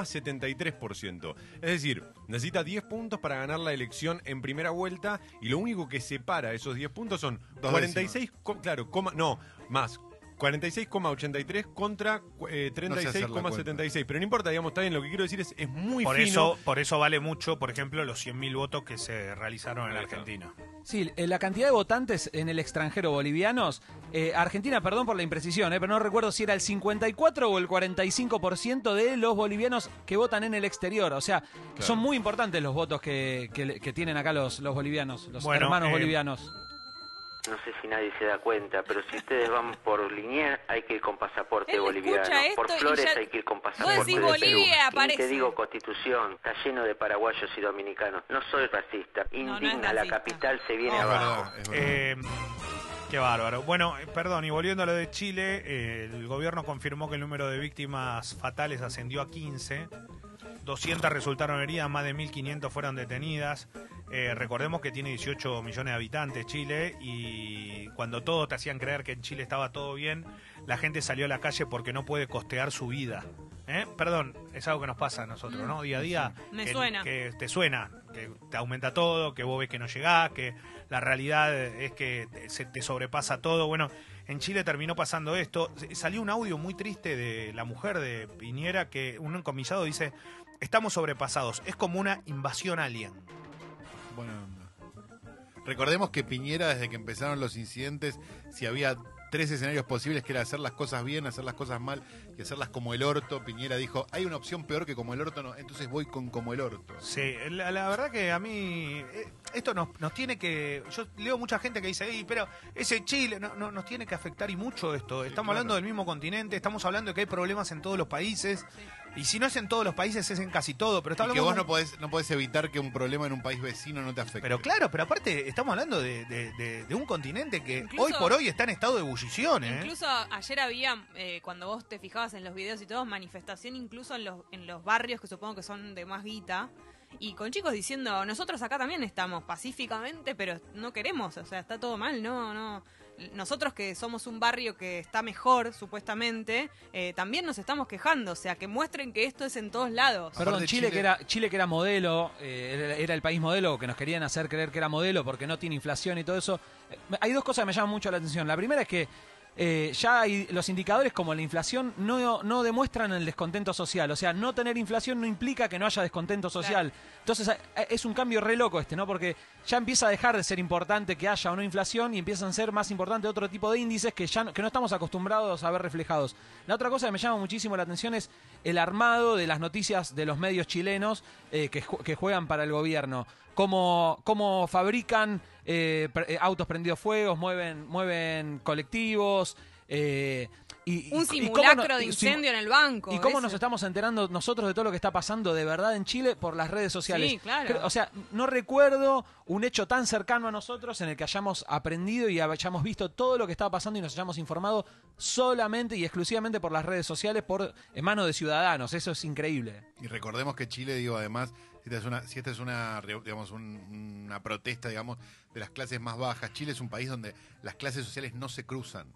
Speaker 5: 36,73%. Es decir, necesita 10 puntos para ganar la elección en primera vuelta y lo único que separa esos 10 puntos son
Speaker 6: Dos
Speaker 5: 46, co- claro, coma, no, más 46,83 contra eh,
Speaker 6: No sé hacer la
Speaker 5: 36,76. Pero no importa, digamos, está bien, lo que quiero decir es, es muy
Speaker 4: Por
Speaker 5: fino.
Speaker 4: eso, por eso vale mucho, por ejemplo, los 100.000 votos que se realizaron en
Speaker 5: Ahí está.
Speaker 4: Argentina.
Speaker 12: Sí, eh, la cantidad de votantes en el extranjero bolivianos, eh, Argentina, perdón por la imprecisión, eh, pero no recuerdo si era el 54 o el 45% de los bolivianos que votan en el exterior. O sea, que son muy importantes los votos que, que- que tienen acá los, los bolivianos, los
Speaker 4: Bueno,
Speaker 12: hermanos
Speaker 4: eh,
Speaker 12: bolivianos.
Speaker 13: No sé si nadie se da cuenta, pero si ustedes van por Linier hay que ir con pasaporte
Speaker 2: Él
Speaker 13: boliviano.
Speaker 2: escucha esto
Speaker 13: Por
Speaker 2: y
Speaker 13: Flores
Speaker 2: ya-
Speaker 13: hay que ir con pasaporte
Speaker 2: Vos decís
Speaker 13: de
Speaker 2: Bolivia,
Speaker 13: Perú. Y ni
Speaker 2: aparece.
Speaker 13: te digo Constitución, está lleno de paraguayos y dominicanos. No soy racista,
Speaker 2: no es
Speaker 13: indigna, la
Speaker 2: racista.
Speaker 13: capital se
Speaker 2: Ah,
Speaker 13: viene
Speaker 4: Es
Speaker 13: abajo.
Speaker 5: Ah,
Speaker 6: verdad, es verdad.
Speaker 4: Eh, qué bárbaro. Bueno, eh, perdón, y volviendo a lo de Chile, eh, el gobierno confirmó que el número de víctimas fatales ascendió a 15. 200 resultaron heridas, más de 1.500 fueron detenidas. Eh, recordemos que tiene 18 millones de habitantes Chile y cuando todos te hacían creer que en Chile estaba todo bien, la gente salió a la calle porque no puede costear su vida. ¿Eh? Perdón, es algo que nos pasa a nosotros,
Speaker 2: Mm.
Speaker 4: ¿no? Día a día.
Speaker 2: Me
Speaker 4: que-
Speaker 2: suena.
Speaker 4: Que te suena, que te aumenta todo, que vos ves que no llegás, que la realidad es que te- se te sobrepasa todo. Bueno, en Chile terminó pasando esto. S- Salió un audio muy triste de la mujer de Piñera que un encomisado dice, estamos sobrepasados, es como una invasión alien.
Speaker 6: Buena onda. Recordemos que Piñera, desde que empezaron los incidentes, si había tres escenarios posibles, que era hacer las cosas bien, hacer las cosas mal y hacerlas como el orto, Piñera dijo, hay una opción peor que como el orto, no, entonces voy con como el orto.
Speaker 4: Sí, la, la verdad que a mí eh, esto nos, nos tiene que... Yo leo mucha gente que dice, "Ey, pero ese Chile no, no- nos tiene que afectar y mucho esto. estamos hablando del mismo continente, estamos hablando de que hay problemas en todos los países. Y si no es en todos los países, es en casi todo. Pero está
Speaker 6: Y que
Speaker 4: hablando
Speaker 6: vos
Speaker 4: de un-
Speaker 6: no podés, no podés evitar que un problema en un país vecino no te afecte.
Speaker 4: Pero claro, pero aparte estamos hablando de, de- de- de un continente que
Speaker 2: Incluso-
Speaker 4: hoy por hoy está en estado de ebullición. ¿eh?
Speaker 2: Incluso ayer había, eh, cuando vos te fijabas en los videos y todo, manifestación incluso en los, en los barrios que supongo que son de más guita. Y con chicos diciendo, nosotros acá también estamos pacíficamente, pero no queremos, o sea, está todo mal, no, no. Nosotros que somos un barrio que está mejor, supuestamente, eh, también nos estamos quejando, o sea, que muestren que esto es en todos lados.
Speaker 12: Perdón, Chile, que era Chile que era modelo, eh, era- era el país modelo que nos querían hacer creer que era modelo porque no tiene inflación y todo eso. Eh, Hay dos cosas que me llaman mucho la atención. La primera es que eh, ya hay- los indicadores como la inflación no, no demuestran el descontento social. O sea, no tener inflación no implica que no haya descontento social. Entonces a- a- es un cambio re loco este, ¿no? Porque ya empieza a dejar de ser importante que haya o no inflación y empiezan a ser más importante otro tipo de índices que ya no, que no estamos acostumbrados a ver reflejados. La otra cosa que me llama muchísimo la atención es el armado de las noticias de los medios chilenos eh, que, ju- que juegan para el gobierno. Cómo, cómo fabrican eh, pre- eh, autos prendidos fuegos, mueven, mueven colectivos. eh,
Speaker 2: Un
Speaker 12: y, y- y cómo no-
Speaker 2: simulacro de
Speaker 12: y simu-
Speaker 2: incendio en el banco.
Speaker 12: ¿Y cómo
Speaker 2: ese.
Speaker 12: nos estamos enterando nosotros de todo lo que está pasando de verdad en Chile por las redes sociales?
Speaker 2: Sí, claro.
Speaker 12: Creo- O sea, no recuerdo un hecho tan cercano a nosotros en el que hayamos aprendido y hayamos visto todo lo que estaba pasando y nos hayamos informado solamente y exclusivamente por las redes sociales, por en manos de ciudadanos. Eso es increíble.
Speaker 6: Y recordemos que Chile, digo, además, si esta es una, si esta es una reu- digamos, un- una protesta, digamos, de las clases más bajas, Chile es un país donde las clases sociales no se cruzan.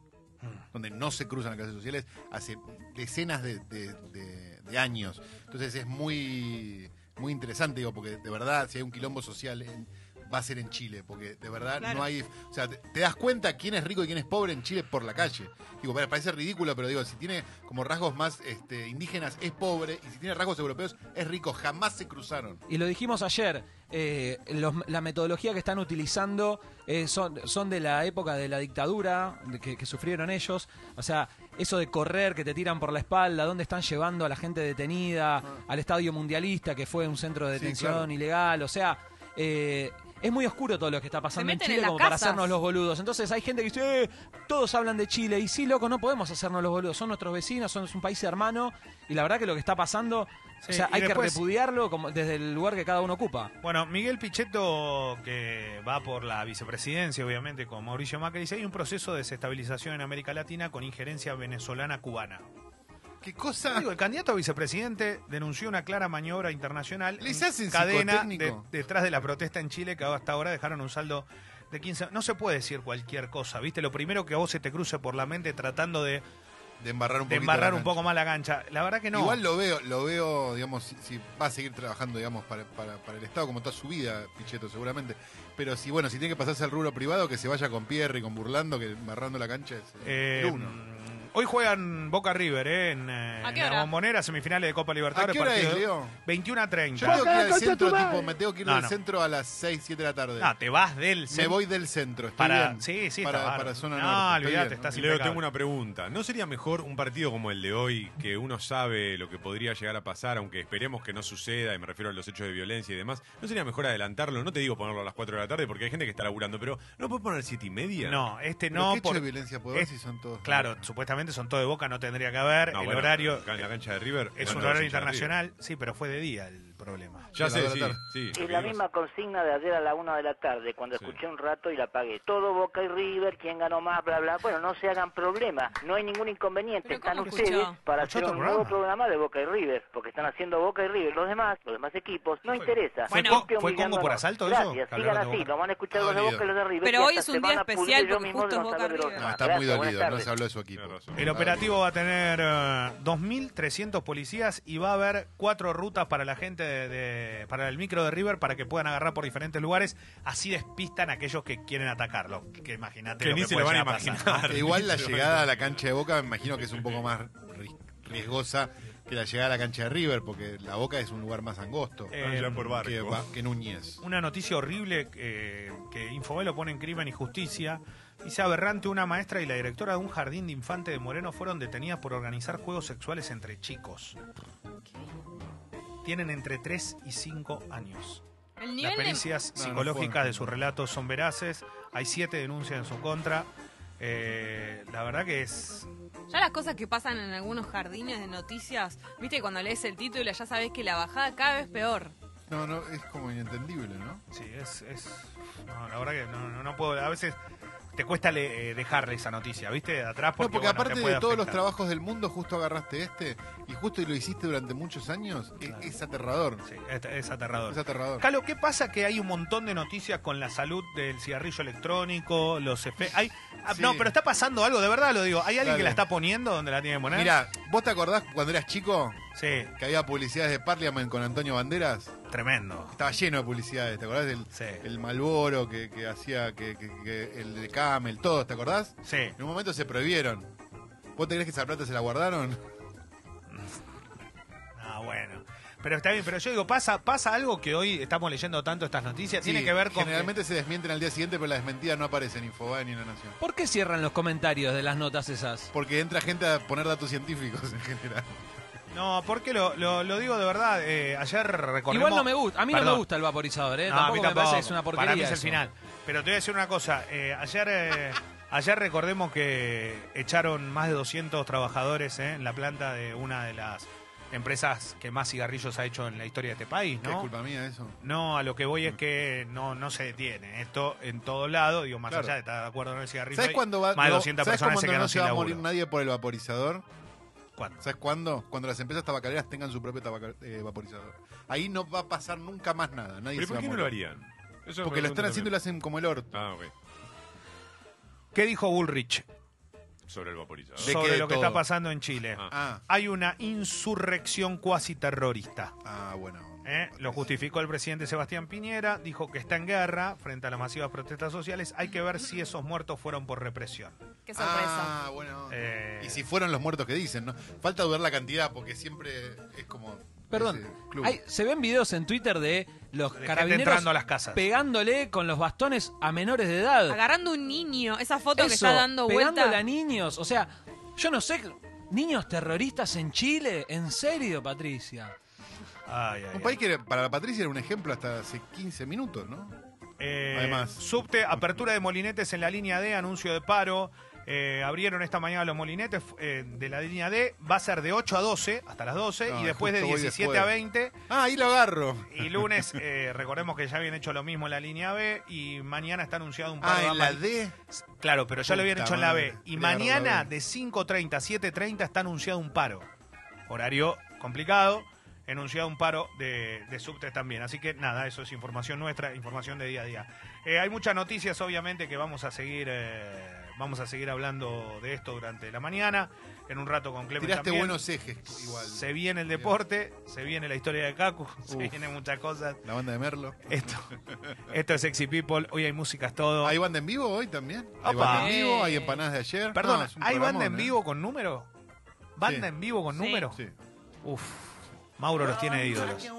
Speaker 6: Donde no se cruzan las clases sociales hace decenas de, de- de- de años. Entonces es muy, muy interesante, digo, porque de verdad, si hay un quilombo social, en- va a ser en Chile, porque de verdad
Speaker 5: Claro.
Speaker 6: no hay. O sea, te, te das cuenta quién es rico y quién es pobre en Chile por la calle. Digo, para- parece ridículo, pero digo, si tiene como rasgos más este, indígenas es pobre y si tiene rasgos europeos es rico. Jamás se cruzaron.
Speaker 12: Y lo dijimos ayer, eh, los- la metodología que están utilizando eh, son, son de la época de la dictadura de que, que sufrieron ellos. O sea, eso de correr, que te tiran por la espalda, dónde están llevando a la gente detenida, al estadio mundialista, que fue un centro de
Speaker 6: Ah. Sí,
Speaker 12: detención
Speaker 6: claro.
Speaker 12: ilegal. O sea, eh, es muy oscuro todo lo que está pasando en
Speaker 2: meten
Speaker 12: Chile
Speaker 2: en las
Speaker 12: como para
Speaker 2: casas.
Speaker 12: hacernos los boludos. Entonces hay gente que dice, "Eh, todos hablan de Chile. Y sí, loco, no podemos hacernos los boludos. Son nuestros vecinos, son, es un país hermano. Y la verdad que lo que está pasando,
Speaker 4: Sí,
Speaker 12: o sea,
Speaker 4: y
Speaker 12: hay
Speaker 4: después-
Speaker 12: que repudiarlo como desde el lugar que cada uno ocupa.
Speaker 4: Bueno, Miguel Pichetto, que va por la vicepresidencia, obviamente, con Mauricio Macri, dice, hay un proceso de desestabilización en América Latina con injerencia venezolana-cubana.
Speaker 6: ¿Qué cosa?
Speaker 4: Digo, el candidato a vicepresidente denunció una clara maniobra internacional
Speaker 6: ¿Les
Speaker 4: en
Speaker 6: hacen
Speaker 4: cadena
Speaker 6: psicotécnico?
Speaker 4: de- detrás de la protesta en Chile que hasta ahora dejaron un saldo de 15... No se puede decir cualquier cosa, ¿viste? Lo primero que a vos se te cruce por la mente tratando de,
Speaker 6: De embarrar un
Speaker 4: de
Speaker 6: poquito
Speaker 4: embarrar
Speaker 6: la
Speaker 4: un poco más la cancha. La verdad que no.
Speaker 6: Igual lo veo, lo veo, digamos, si, si va a seguir trabajando, digamos, para, para- para el Estado, como toda su vida, Pichetto, seguramente. Pero si, bueno, si tiene que pasarse al rubro privado, que se vaya con Pierre y con Burlando, que embarrando la cancha es eh,
Speaker 4: Eh,
Speaker 6: el uno.
Speaker 4: Hoy juegan Boca River eh, en, eh,
Speaker 6: ¿A qué
Speaker 4: en la
Speaker 6: hora?
Speaker 4: Bombonera, semifinales de Copa
Speaker 6: ¿A
Speaker 4: Libertadores.
Speaker 6: qué hora
Speaker 4: partido
Speaker 6: es, Leo?
Speaker 4: 21 a 30.
Speaker 6: Yo tengo que ir al centro, tipo, me tengo que ir
Speaker 4: No,
Speaker 6: al
Speaker 4: no.
Speaker 6: centro a las 6, 7 de la tarde.
Speaker 4: No, te vas del
Speaker 6: Me
Speaker 4: centro.
Speaker 6: voy del centro, estoy
Speaker 4: Para-
Speaker 6: bien.
Speaker 4: sí, sí, está
Speaker 6: para,
Speaker 4: bárbaro.
Speaker 6: para zona
Speaker 4: No,
Speaker 6: norte. estoy
Speaker 4: olvidate,
Speaker 6: bien.
Speaker 4: estás
Speaker 5: Leo, tengo una pregunta. ¿No sería mejor un partido como el de hoy, que uno sabe lo que podría llegar a pasar, aunque esperemos que no suceda, y me refiero a los hechos de violencia y demás? ¿No sería mejor adelantarlo? No te digo ponerlo a las 4 de la tarde, porque hay gente que está laburando, pero ¿no puedes poner 7 y media?
Speaker 4: No, este
Speaker 6: Pero
Speaker 4: no.
Speaker 6: ¿Qué hecho
Speaker 4: por-
Speaker 6: de violencia puede haber
Speaker 4: es-
Speaker 6: si son todos?
Speaker 4: Claro, supuestamente son todo de Boca, no tendría que haber.
Speaker 5: No,
Speaker 4: el
Speaker 5: bueno,
Speaker 4: horario
Speaker 5: acá En la cancha de River.
Speaker 4: es
Speaker 5: bueno,
Speaker 4: un
Speaker 5: los
Speaker 4: horario
Speaker 5: hinchas de River.
Speaker 4: internacional. Sí, pero fue de día el problema.
Speaker 5: Ya sé, sí, sí.
Speaker 13: Y la misma consigna de ayer a la una de la tarde, cuando escuché un rato y la apagué. Todo Boca y River, quién ganó más, bla, bla. Bueno, no se hagan problema, no hay ningún inconveniente. Están
Speaker 2: ¿cómo
Speaker 13: ustedes
Speaker 2: escuchó?
Speaker 13: para
Speaker 2: Escuchó
Speaker 13: hacer un
Speaker 2: otro
Speaker 13: nuevo programa de Boca y River, porque están haciendo Boca y River. Los demás, los demás equipos, no interesa.
Speaker 4: ¿Fue
Speaker 13: No
Speaker 4: co-
Speaker 13: esté
Speaker 4: fue
Speaker 13: humillando
Speaker 4: Congo por
Speaker 13: a nos.
Speaker 4: asalto eso?
Speaker 13: Gracias,
Speaker 4: Que
Speaker 13: sigan
Speaker 4: hablaron de
Speaker 13: así,
Speaker 4: Boca.
Speaker 13: lo van a escuchar
Speaker 4: Está
Speaker 13: los de Boca y
Speaker 4: dolido.
Speaker 13: los de River.
Speaker 2: Pero
Speaker 13: y
Speaker 2: hoy
Speaker 13: hasta
Speaker 2: es
Speaker 13: se
Speaker 2: un
Speaker 13: van
Speaker 2: día
Speaker 13: a pudrir
Speaker 2: especial
Speaker 13: yo
Speaker 2: porque
Speaker 13: mismo de
Speaker 2: justo
Speaker 13: los
Speaker 2: Boca
Speaker 13: saberes.
Speaker 2: River.
Speaker 6: No, está muy
Speaker 13: Abrazo, buenas
Speaker 6: dolido, no
Speaker 13: tardes.
Speaker 6: se habló de su equipo.
Speaker 4: El operativo va a tener eh, 2.300 policías y va a haber cuatro rutas para la gente, de, de- para el micro de River, para que puedan agarrar por diferentes lugares. Así despistan a aquellos que quieren atacarlo. Que imagínate.
Speaker 5: Que ni se lo
Speaker 4: puede
Speaker 5: van a
Speaker 4: llegar
Speaker 5: imaginar.
Speaker 4: pasar.
Speaker 6: Que igual la llegada a la cancha de Boca me imagino que es un poco más ri- riesgosa que la llegada a la cancha de River, porque la Boca es un lugar más angosto
Speaker 4: Eh, Ya por barco.
Speaker 6: que, va- que Núñez.
Speaker 4: una noticia horrible eh, que Infobel lo pone en crimen y justicia. Dice aberrante, una maestra y la directora de un jardín de infante de Moreno fueron detenidas por organizar juegos sexuales entre chicos. Tienen entre 3 y 5 años.
Speaker 2: El
Speaker 4: Las
Speaker 2: nivel de-
Speaker 4: pericias
Speaker 6: No, no
Speaker 4: psicológicas
Speaker 6: fueron.
Speaker 4: de sus relatos son veraces. Hay siete denuncias en su contra. Eh, la verdad que es...
Speaker 2: Ya las cosas que pasan en algunos jardines de noticias, viste, cuando lees el título ya sabes que la bajada cada vez peor.
Speaker 6: No, no, es como inentendible, ¿no?
Speaker 4: Sí, es... es- no, la verdad que no, no- no puedo... A veces te cuesta le- eh, dejarle esa noticia, ¿viste? De atrás
Speaker 6: No,
Speaker 4: porque,
Speaker 6: porque
Speaker 4: bueno, te
Speaker 6: aparte de
Speaker 4: puede
Speaker 6: todos los
Speaker 4: afectar.
Speaker 6: trabajos del mundo, justo agarraste este y justo lo hiciste durante muchos años, e-
Speaker 4: Claro.
Speaker 6: es aterrador.
Speaker 4: Sí, es, es aterrador.
Speaker 6: Es aterrador.
Speaker 4: Calo, ¿qué pasa que hay un montón de noticias con la salud del cigarrillo electrónico, los efectos?
Speaker 6: Sí.
Speaker 4: No, pero está pasando algo, de verdad lo digo. ¿Hay alguien
Speaker 6: Dale.
Speaker 4: que la está poniendo donde la tiene que poner?
Speaker 6: Mira, ¿vos te acordás cuando eras chico
Speaker 4: Sí,
Speaker 6: que había publicidades de Parliament con Antonio Banderas?
Speaker 4: tremendo.
Speaker 6: Estaba lleno de publicidades, ¿te acordás? del
Speaker 4: Sí,
Speaker 6: el Malboro que, que hacía, que, que- que el de Camel, todo, ¿te acordás?
Speaker 4: sí.
Speaker 6: En un momento se prohibieron. ¿Vos te crees que esa plata se la guardaron?
Speaker 4: Ah, bueno. Pero está bien, pero yo digo, pasa, pasa algo que hoy estamos leyendo tanto estas noticias, tiene
Speaker 6: Sí,
Speaker 4: que ver con...
Speaker 6: Generalmente se desmienten al día siguiente, pero la desmentida no aparece en Infobae ni en La Nación.
Speaker 12: ¿Por qué cierran los comentarios de las notas esas?
Speaker 6: Porque entra gente a poner datos científicos en general.
Speaker 4: No, porque lo, lo, lo digo de verdad, eh, ayer recordemos...
Speaker 12: Igual no me gusta, a mí no me
Speaker 4: Perdón.
Speaker 12: gusta el vaporizador, ¿eh?
Speaker 4: No, a mí
Speaker 12: tampoco me parece
Speaker 4: tampoco.
Speaker 12: que es una porquería.
Speaker 4: Para mí es el
Speaker 12: eso.
Speaker 4: final. Pero te voy a decir una cosa. eh, ayer, eh, ayer recordemos que echaron más de 200 trabajadores eh, en la planta de una de las empresas que más cigarrillos ha hecho en la historia de este país,
Speaker 6: ¿Qué es
Speaker 4: ¿no?
Speaker 6: culpa mía eso?
Speaker 4: No, a lo que voy es que no, no se detiene. Esto en todo lado, digo, más
Speaker 6: Claro.
Speaker 4: allá de estar de acuerdo en el cigarrillo.
Speaker 6: ¿Sabes
Speaker 4: ahí,
Speaker 6: cuándo va,
Speaker 4: Más de
Speaker 6: no,
Speaker 4: 200
Speaker 6: ¿sabes
Speaker 4: personas se
Speaker 6: cuándo
Speaker 4: quedaron
Speaker 6: no se
Speaker 4: sin
Speaker 6: va a
Speaker 4: laburo.
Speaker 6: morir nadie por el vaporizador?
Speaker 4: ¿Cuándo?
Speaker 6: ¿Sabes cuándo? Cuando las empresas tabacaleras tengan su propio tabaca- eh, vaporizador. Ahí no va a pasar nunca más nada. Nadie
Speaker 5: ¿Pero
Speaker 6: se
Speaker 5: por
Speaker 6: va
Speaker 5: qué
Speaker 6: a
Speaker 5: no lo
Speaker 6: morir.
Speaker 5: harían? Eso me
Speaker 6: Porque lo
Speaker 5: pregunto
Speaker 6: están haciendo y lo hacen como el orto.
Speaker 5: también. Ah, ok.
Speaker 4: ¿Qué dijo Bullrich
Speaker 5: Sobre el vaporizador.
Speaker 6: De
Speaker 4: sobre
Speaker 6: que
Speaker 4: lo que
Speaker 6: todo.
Speaker 4: está pasando en Chile?
Speaker 5: Ah.
Speaker 6: Ah,
Speaker 4: Hay una insurrección cuasi terrorista.
Speaker 6: ah bueno.
Speaker 4: ¿Eh? Lo justificó el presidente Sebastián Piñera, dijo que está en guerra frente a las masivas protestas sociales. Hay que ver si esos muertos fueron por represión.
Speaker 2: Qué sorpresa.
Speaker 6: Ah, bueno.
Speaker 4: Eh,
Speaker 6: Y si fueron los muertos que dicen, ¿no? Falta dudar la cantidad porque siempre es como.
Speaker 12: Perdón,
Speaker 6: ese club.
Speaker 12: hay- se ven videos en Twitter de los
Speaker 4: de gente
Speaker 12: carabineros
Speaker 4: entrando a las casas.
Speaker 12: pegándole con los bastones a menores de edad.
Speaker 2: Agarrando un niño, esa foto que
Speaker 12: Eso,
Speaker 2: está dando
Speaker 12: pegándole
Speaker 2: vuelta.
Speaker 12: a niños. O sea, yo no sé, niños terroristas en Chile, en serio, Patricia.
Speaker 4: Ay, ay,
Speaker 6: Un
Speaker 4: ay.
Speaker 6: país que era- para la Patricia era un ejemplo hasta hace 15 minutos, ¿no?
Speaker 4: Eh,
Speaker 6: Además.
Speaker 4: Subte, apertura de molinetes en la línea D, anuncio de paro. Eh, abrieron esta mañana los molinetes eh, de la línea D. Va a ser de 8 a 12, hasta las 12,
Speaker 6: No,
Speaker 4: y después de
Speaker 6: justo voy
Speaker 4: 17 a
Speaker 6: después.
Speaker 4: 20.
Speaker 6: Ah, ahí lo agarro.
Speaker 4: Y lunes, eh, recordemos que ya habían hecho lo mismo en la línea B. Y mañana está anunciado un paro
Speaker 6: Ah,
Speaker 4: de
Speaker 6: en la
Speaker 4: amari-
Speaker 6: D.
Speaker 4: Claro, pero ya lo habían
Speaker 6: Puta
Speaker 4: hecho en la
Speaker 6: madre.
Speaker 4: B. Y
Speaker 6: Quería
Speaker 4: mañana
Speaker 6: agarrar la B.
Speaker 4: de 5.30 a 7.30 está anunciado un paro. Horario complicado. Anunciado un paro de, de subtes también. Así que nada, eso es información nuestra, información de día a día. Eh, hay muchas noticias, obviamente, que vamos a seguir eh, vamos a seguir hablando de esto durante la mañana. En un rato con Clemente.
Speaker 6: Tiraste
Speaker 4: también.
Speaker 6: buenos ejes igual.
Speaker 4: Se viene el deporte, se viene la historia de Kaku, se
Speaker 6: Uf.
Speaker 4: vienen muchas cosas.
Speaker 6: La banda de Merlo.
Speaker 4: Esto, esto es Sexy People, hoy hay músicas todo.
Speaker 6: ¿Hay banda en vivo hoy también? ¿Hay
Speaker 4: Opa.
Speaker 6: banda en vivo? ¿Hay
Speaker 2: Eh.
Speaker 6: empanadas de ayer?
Speaker 4: Perdón,
Speaker 6: No, es un
Speaker 4: ¿hay
Speaker 6: programón,
Speaker 4: banda en
Speaker 6: ¿eh?
Speaker 4: vivo con número? ¿Banda
Speaker 6: Sí.
Speaker 4: en vivo con
Speaker 2: Sí.
Speaker 4: número?
Speaker 6: Sí.
Speaker 4: Uf. Mauro los tiene de ídolos.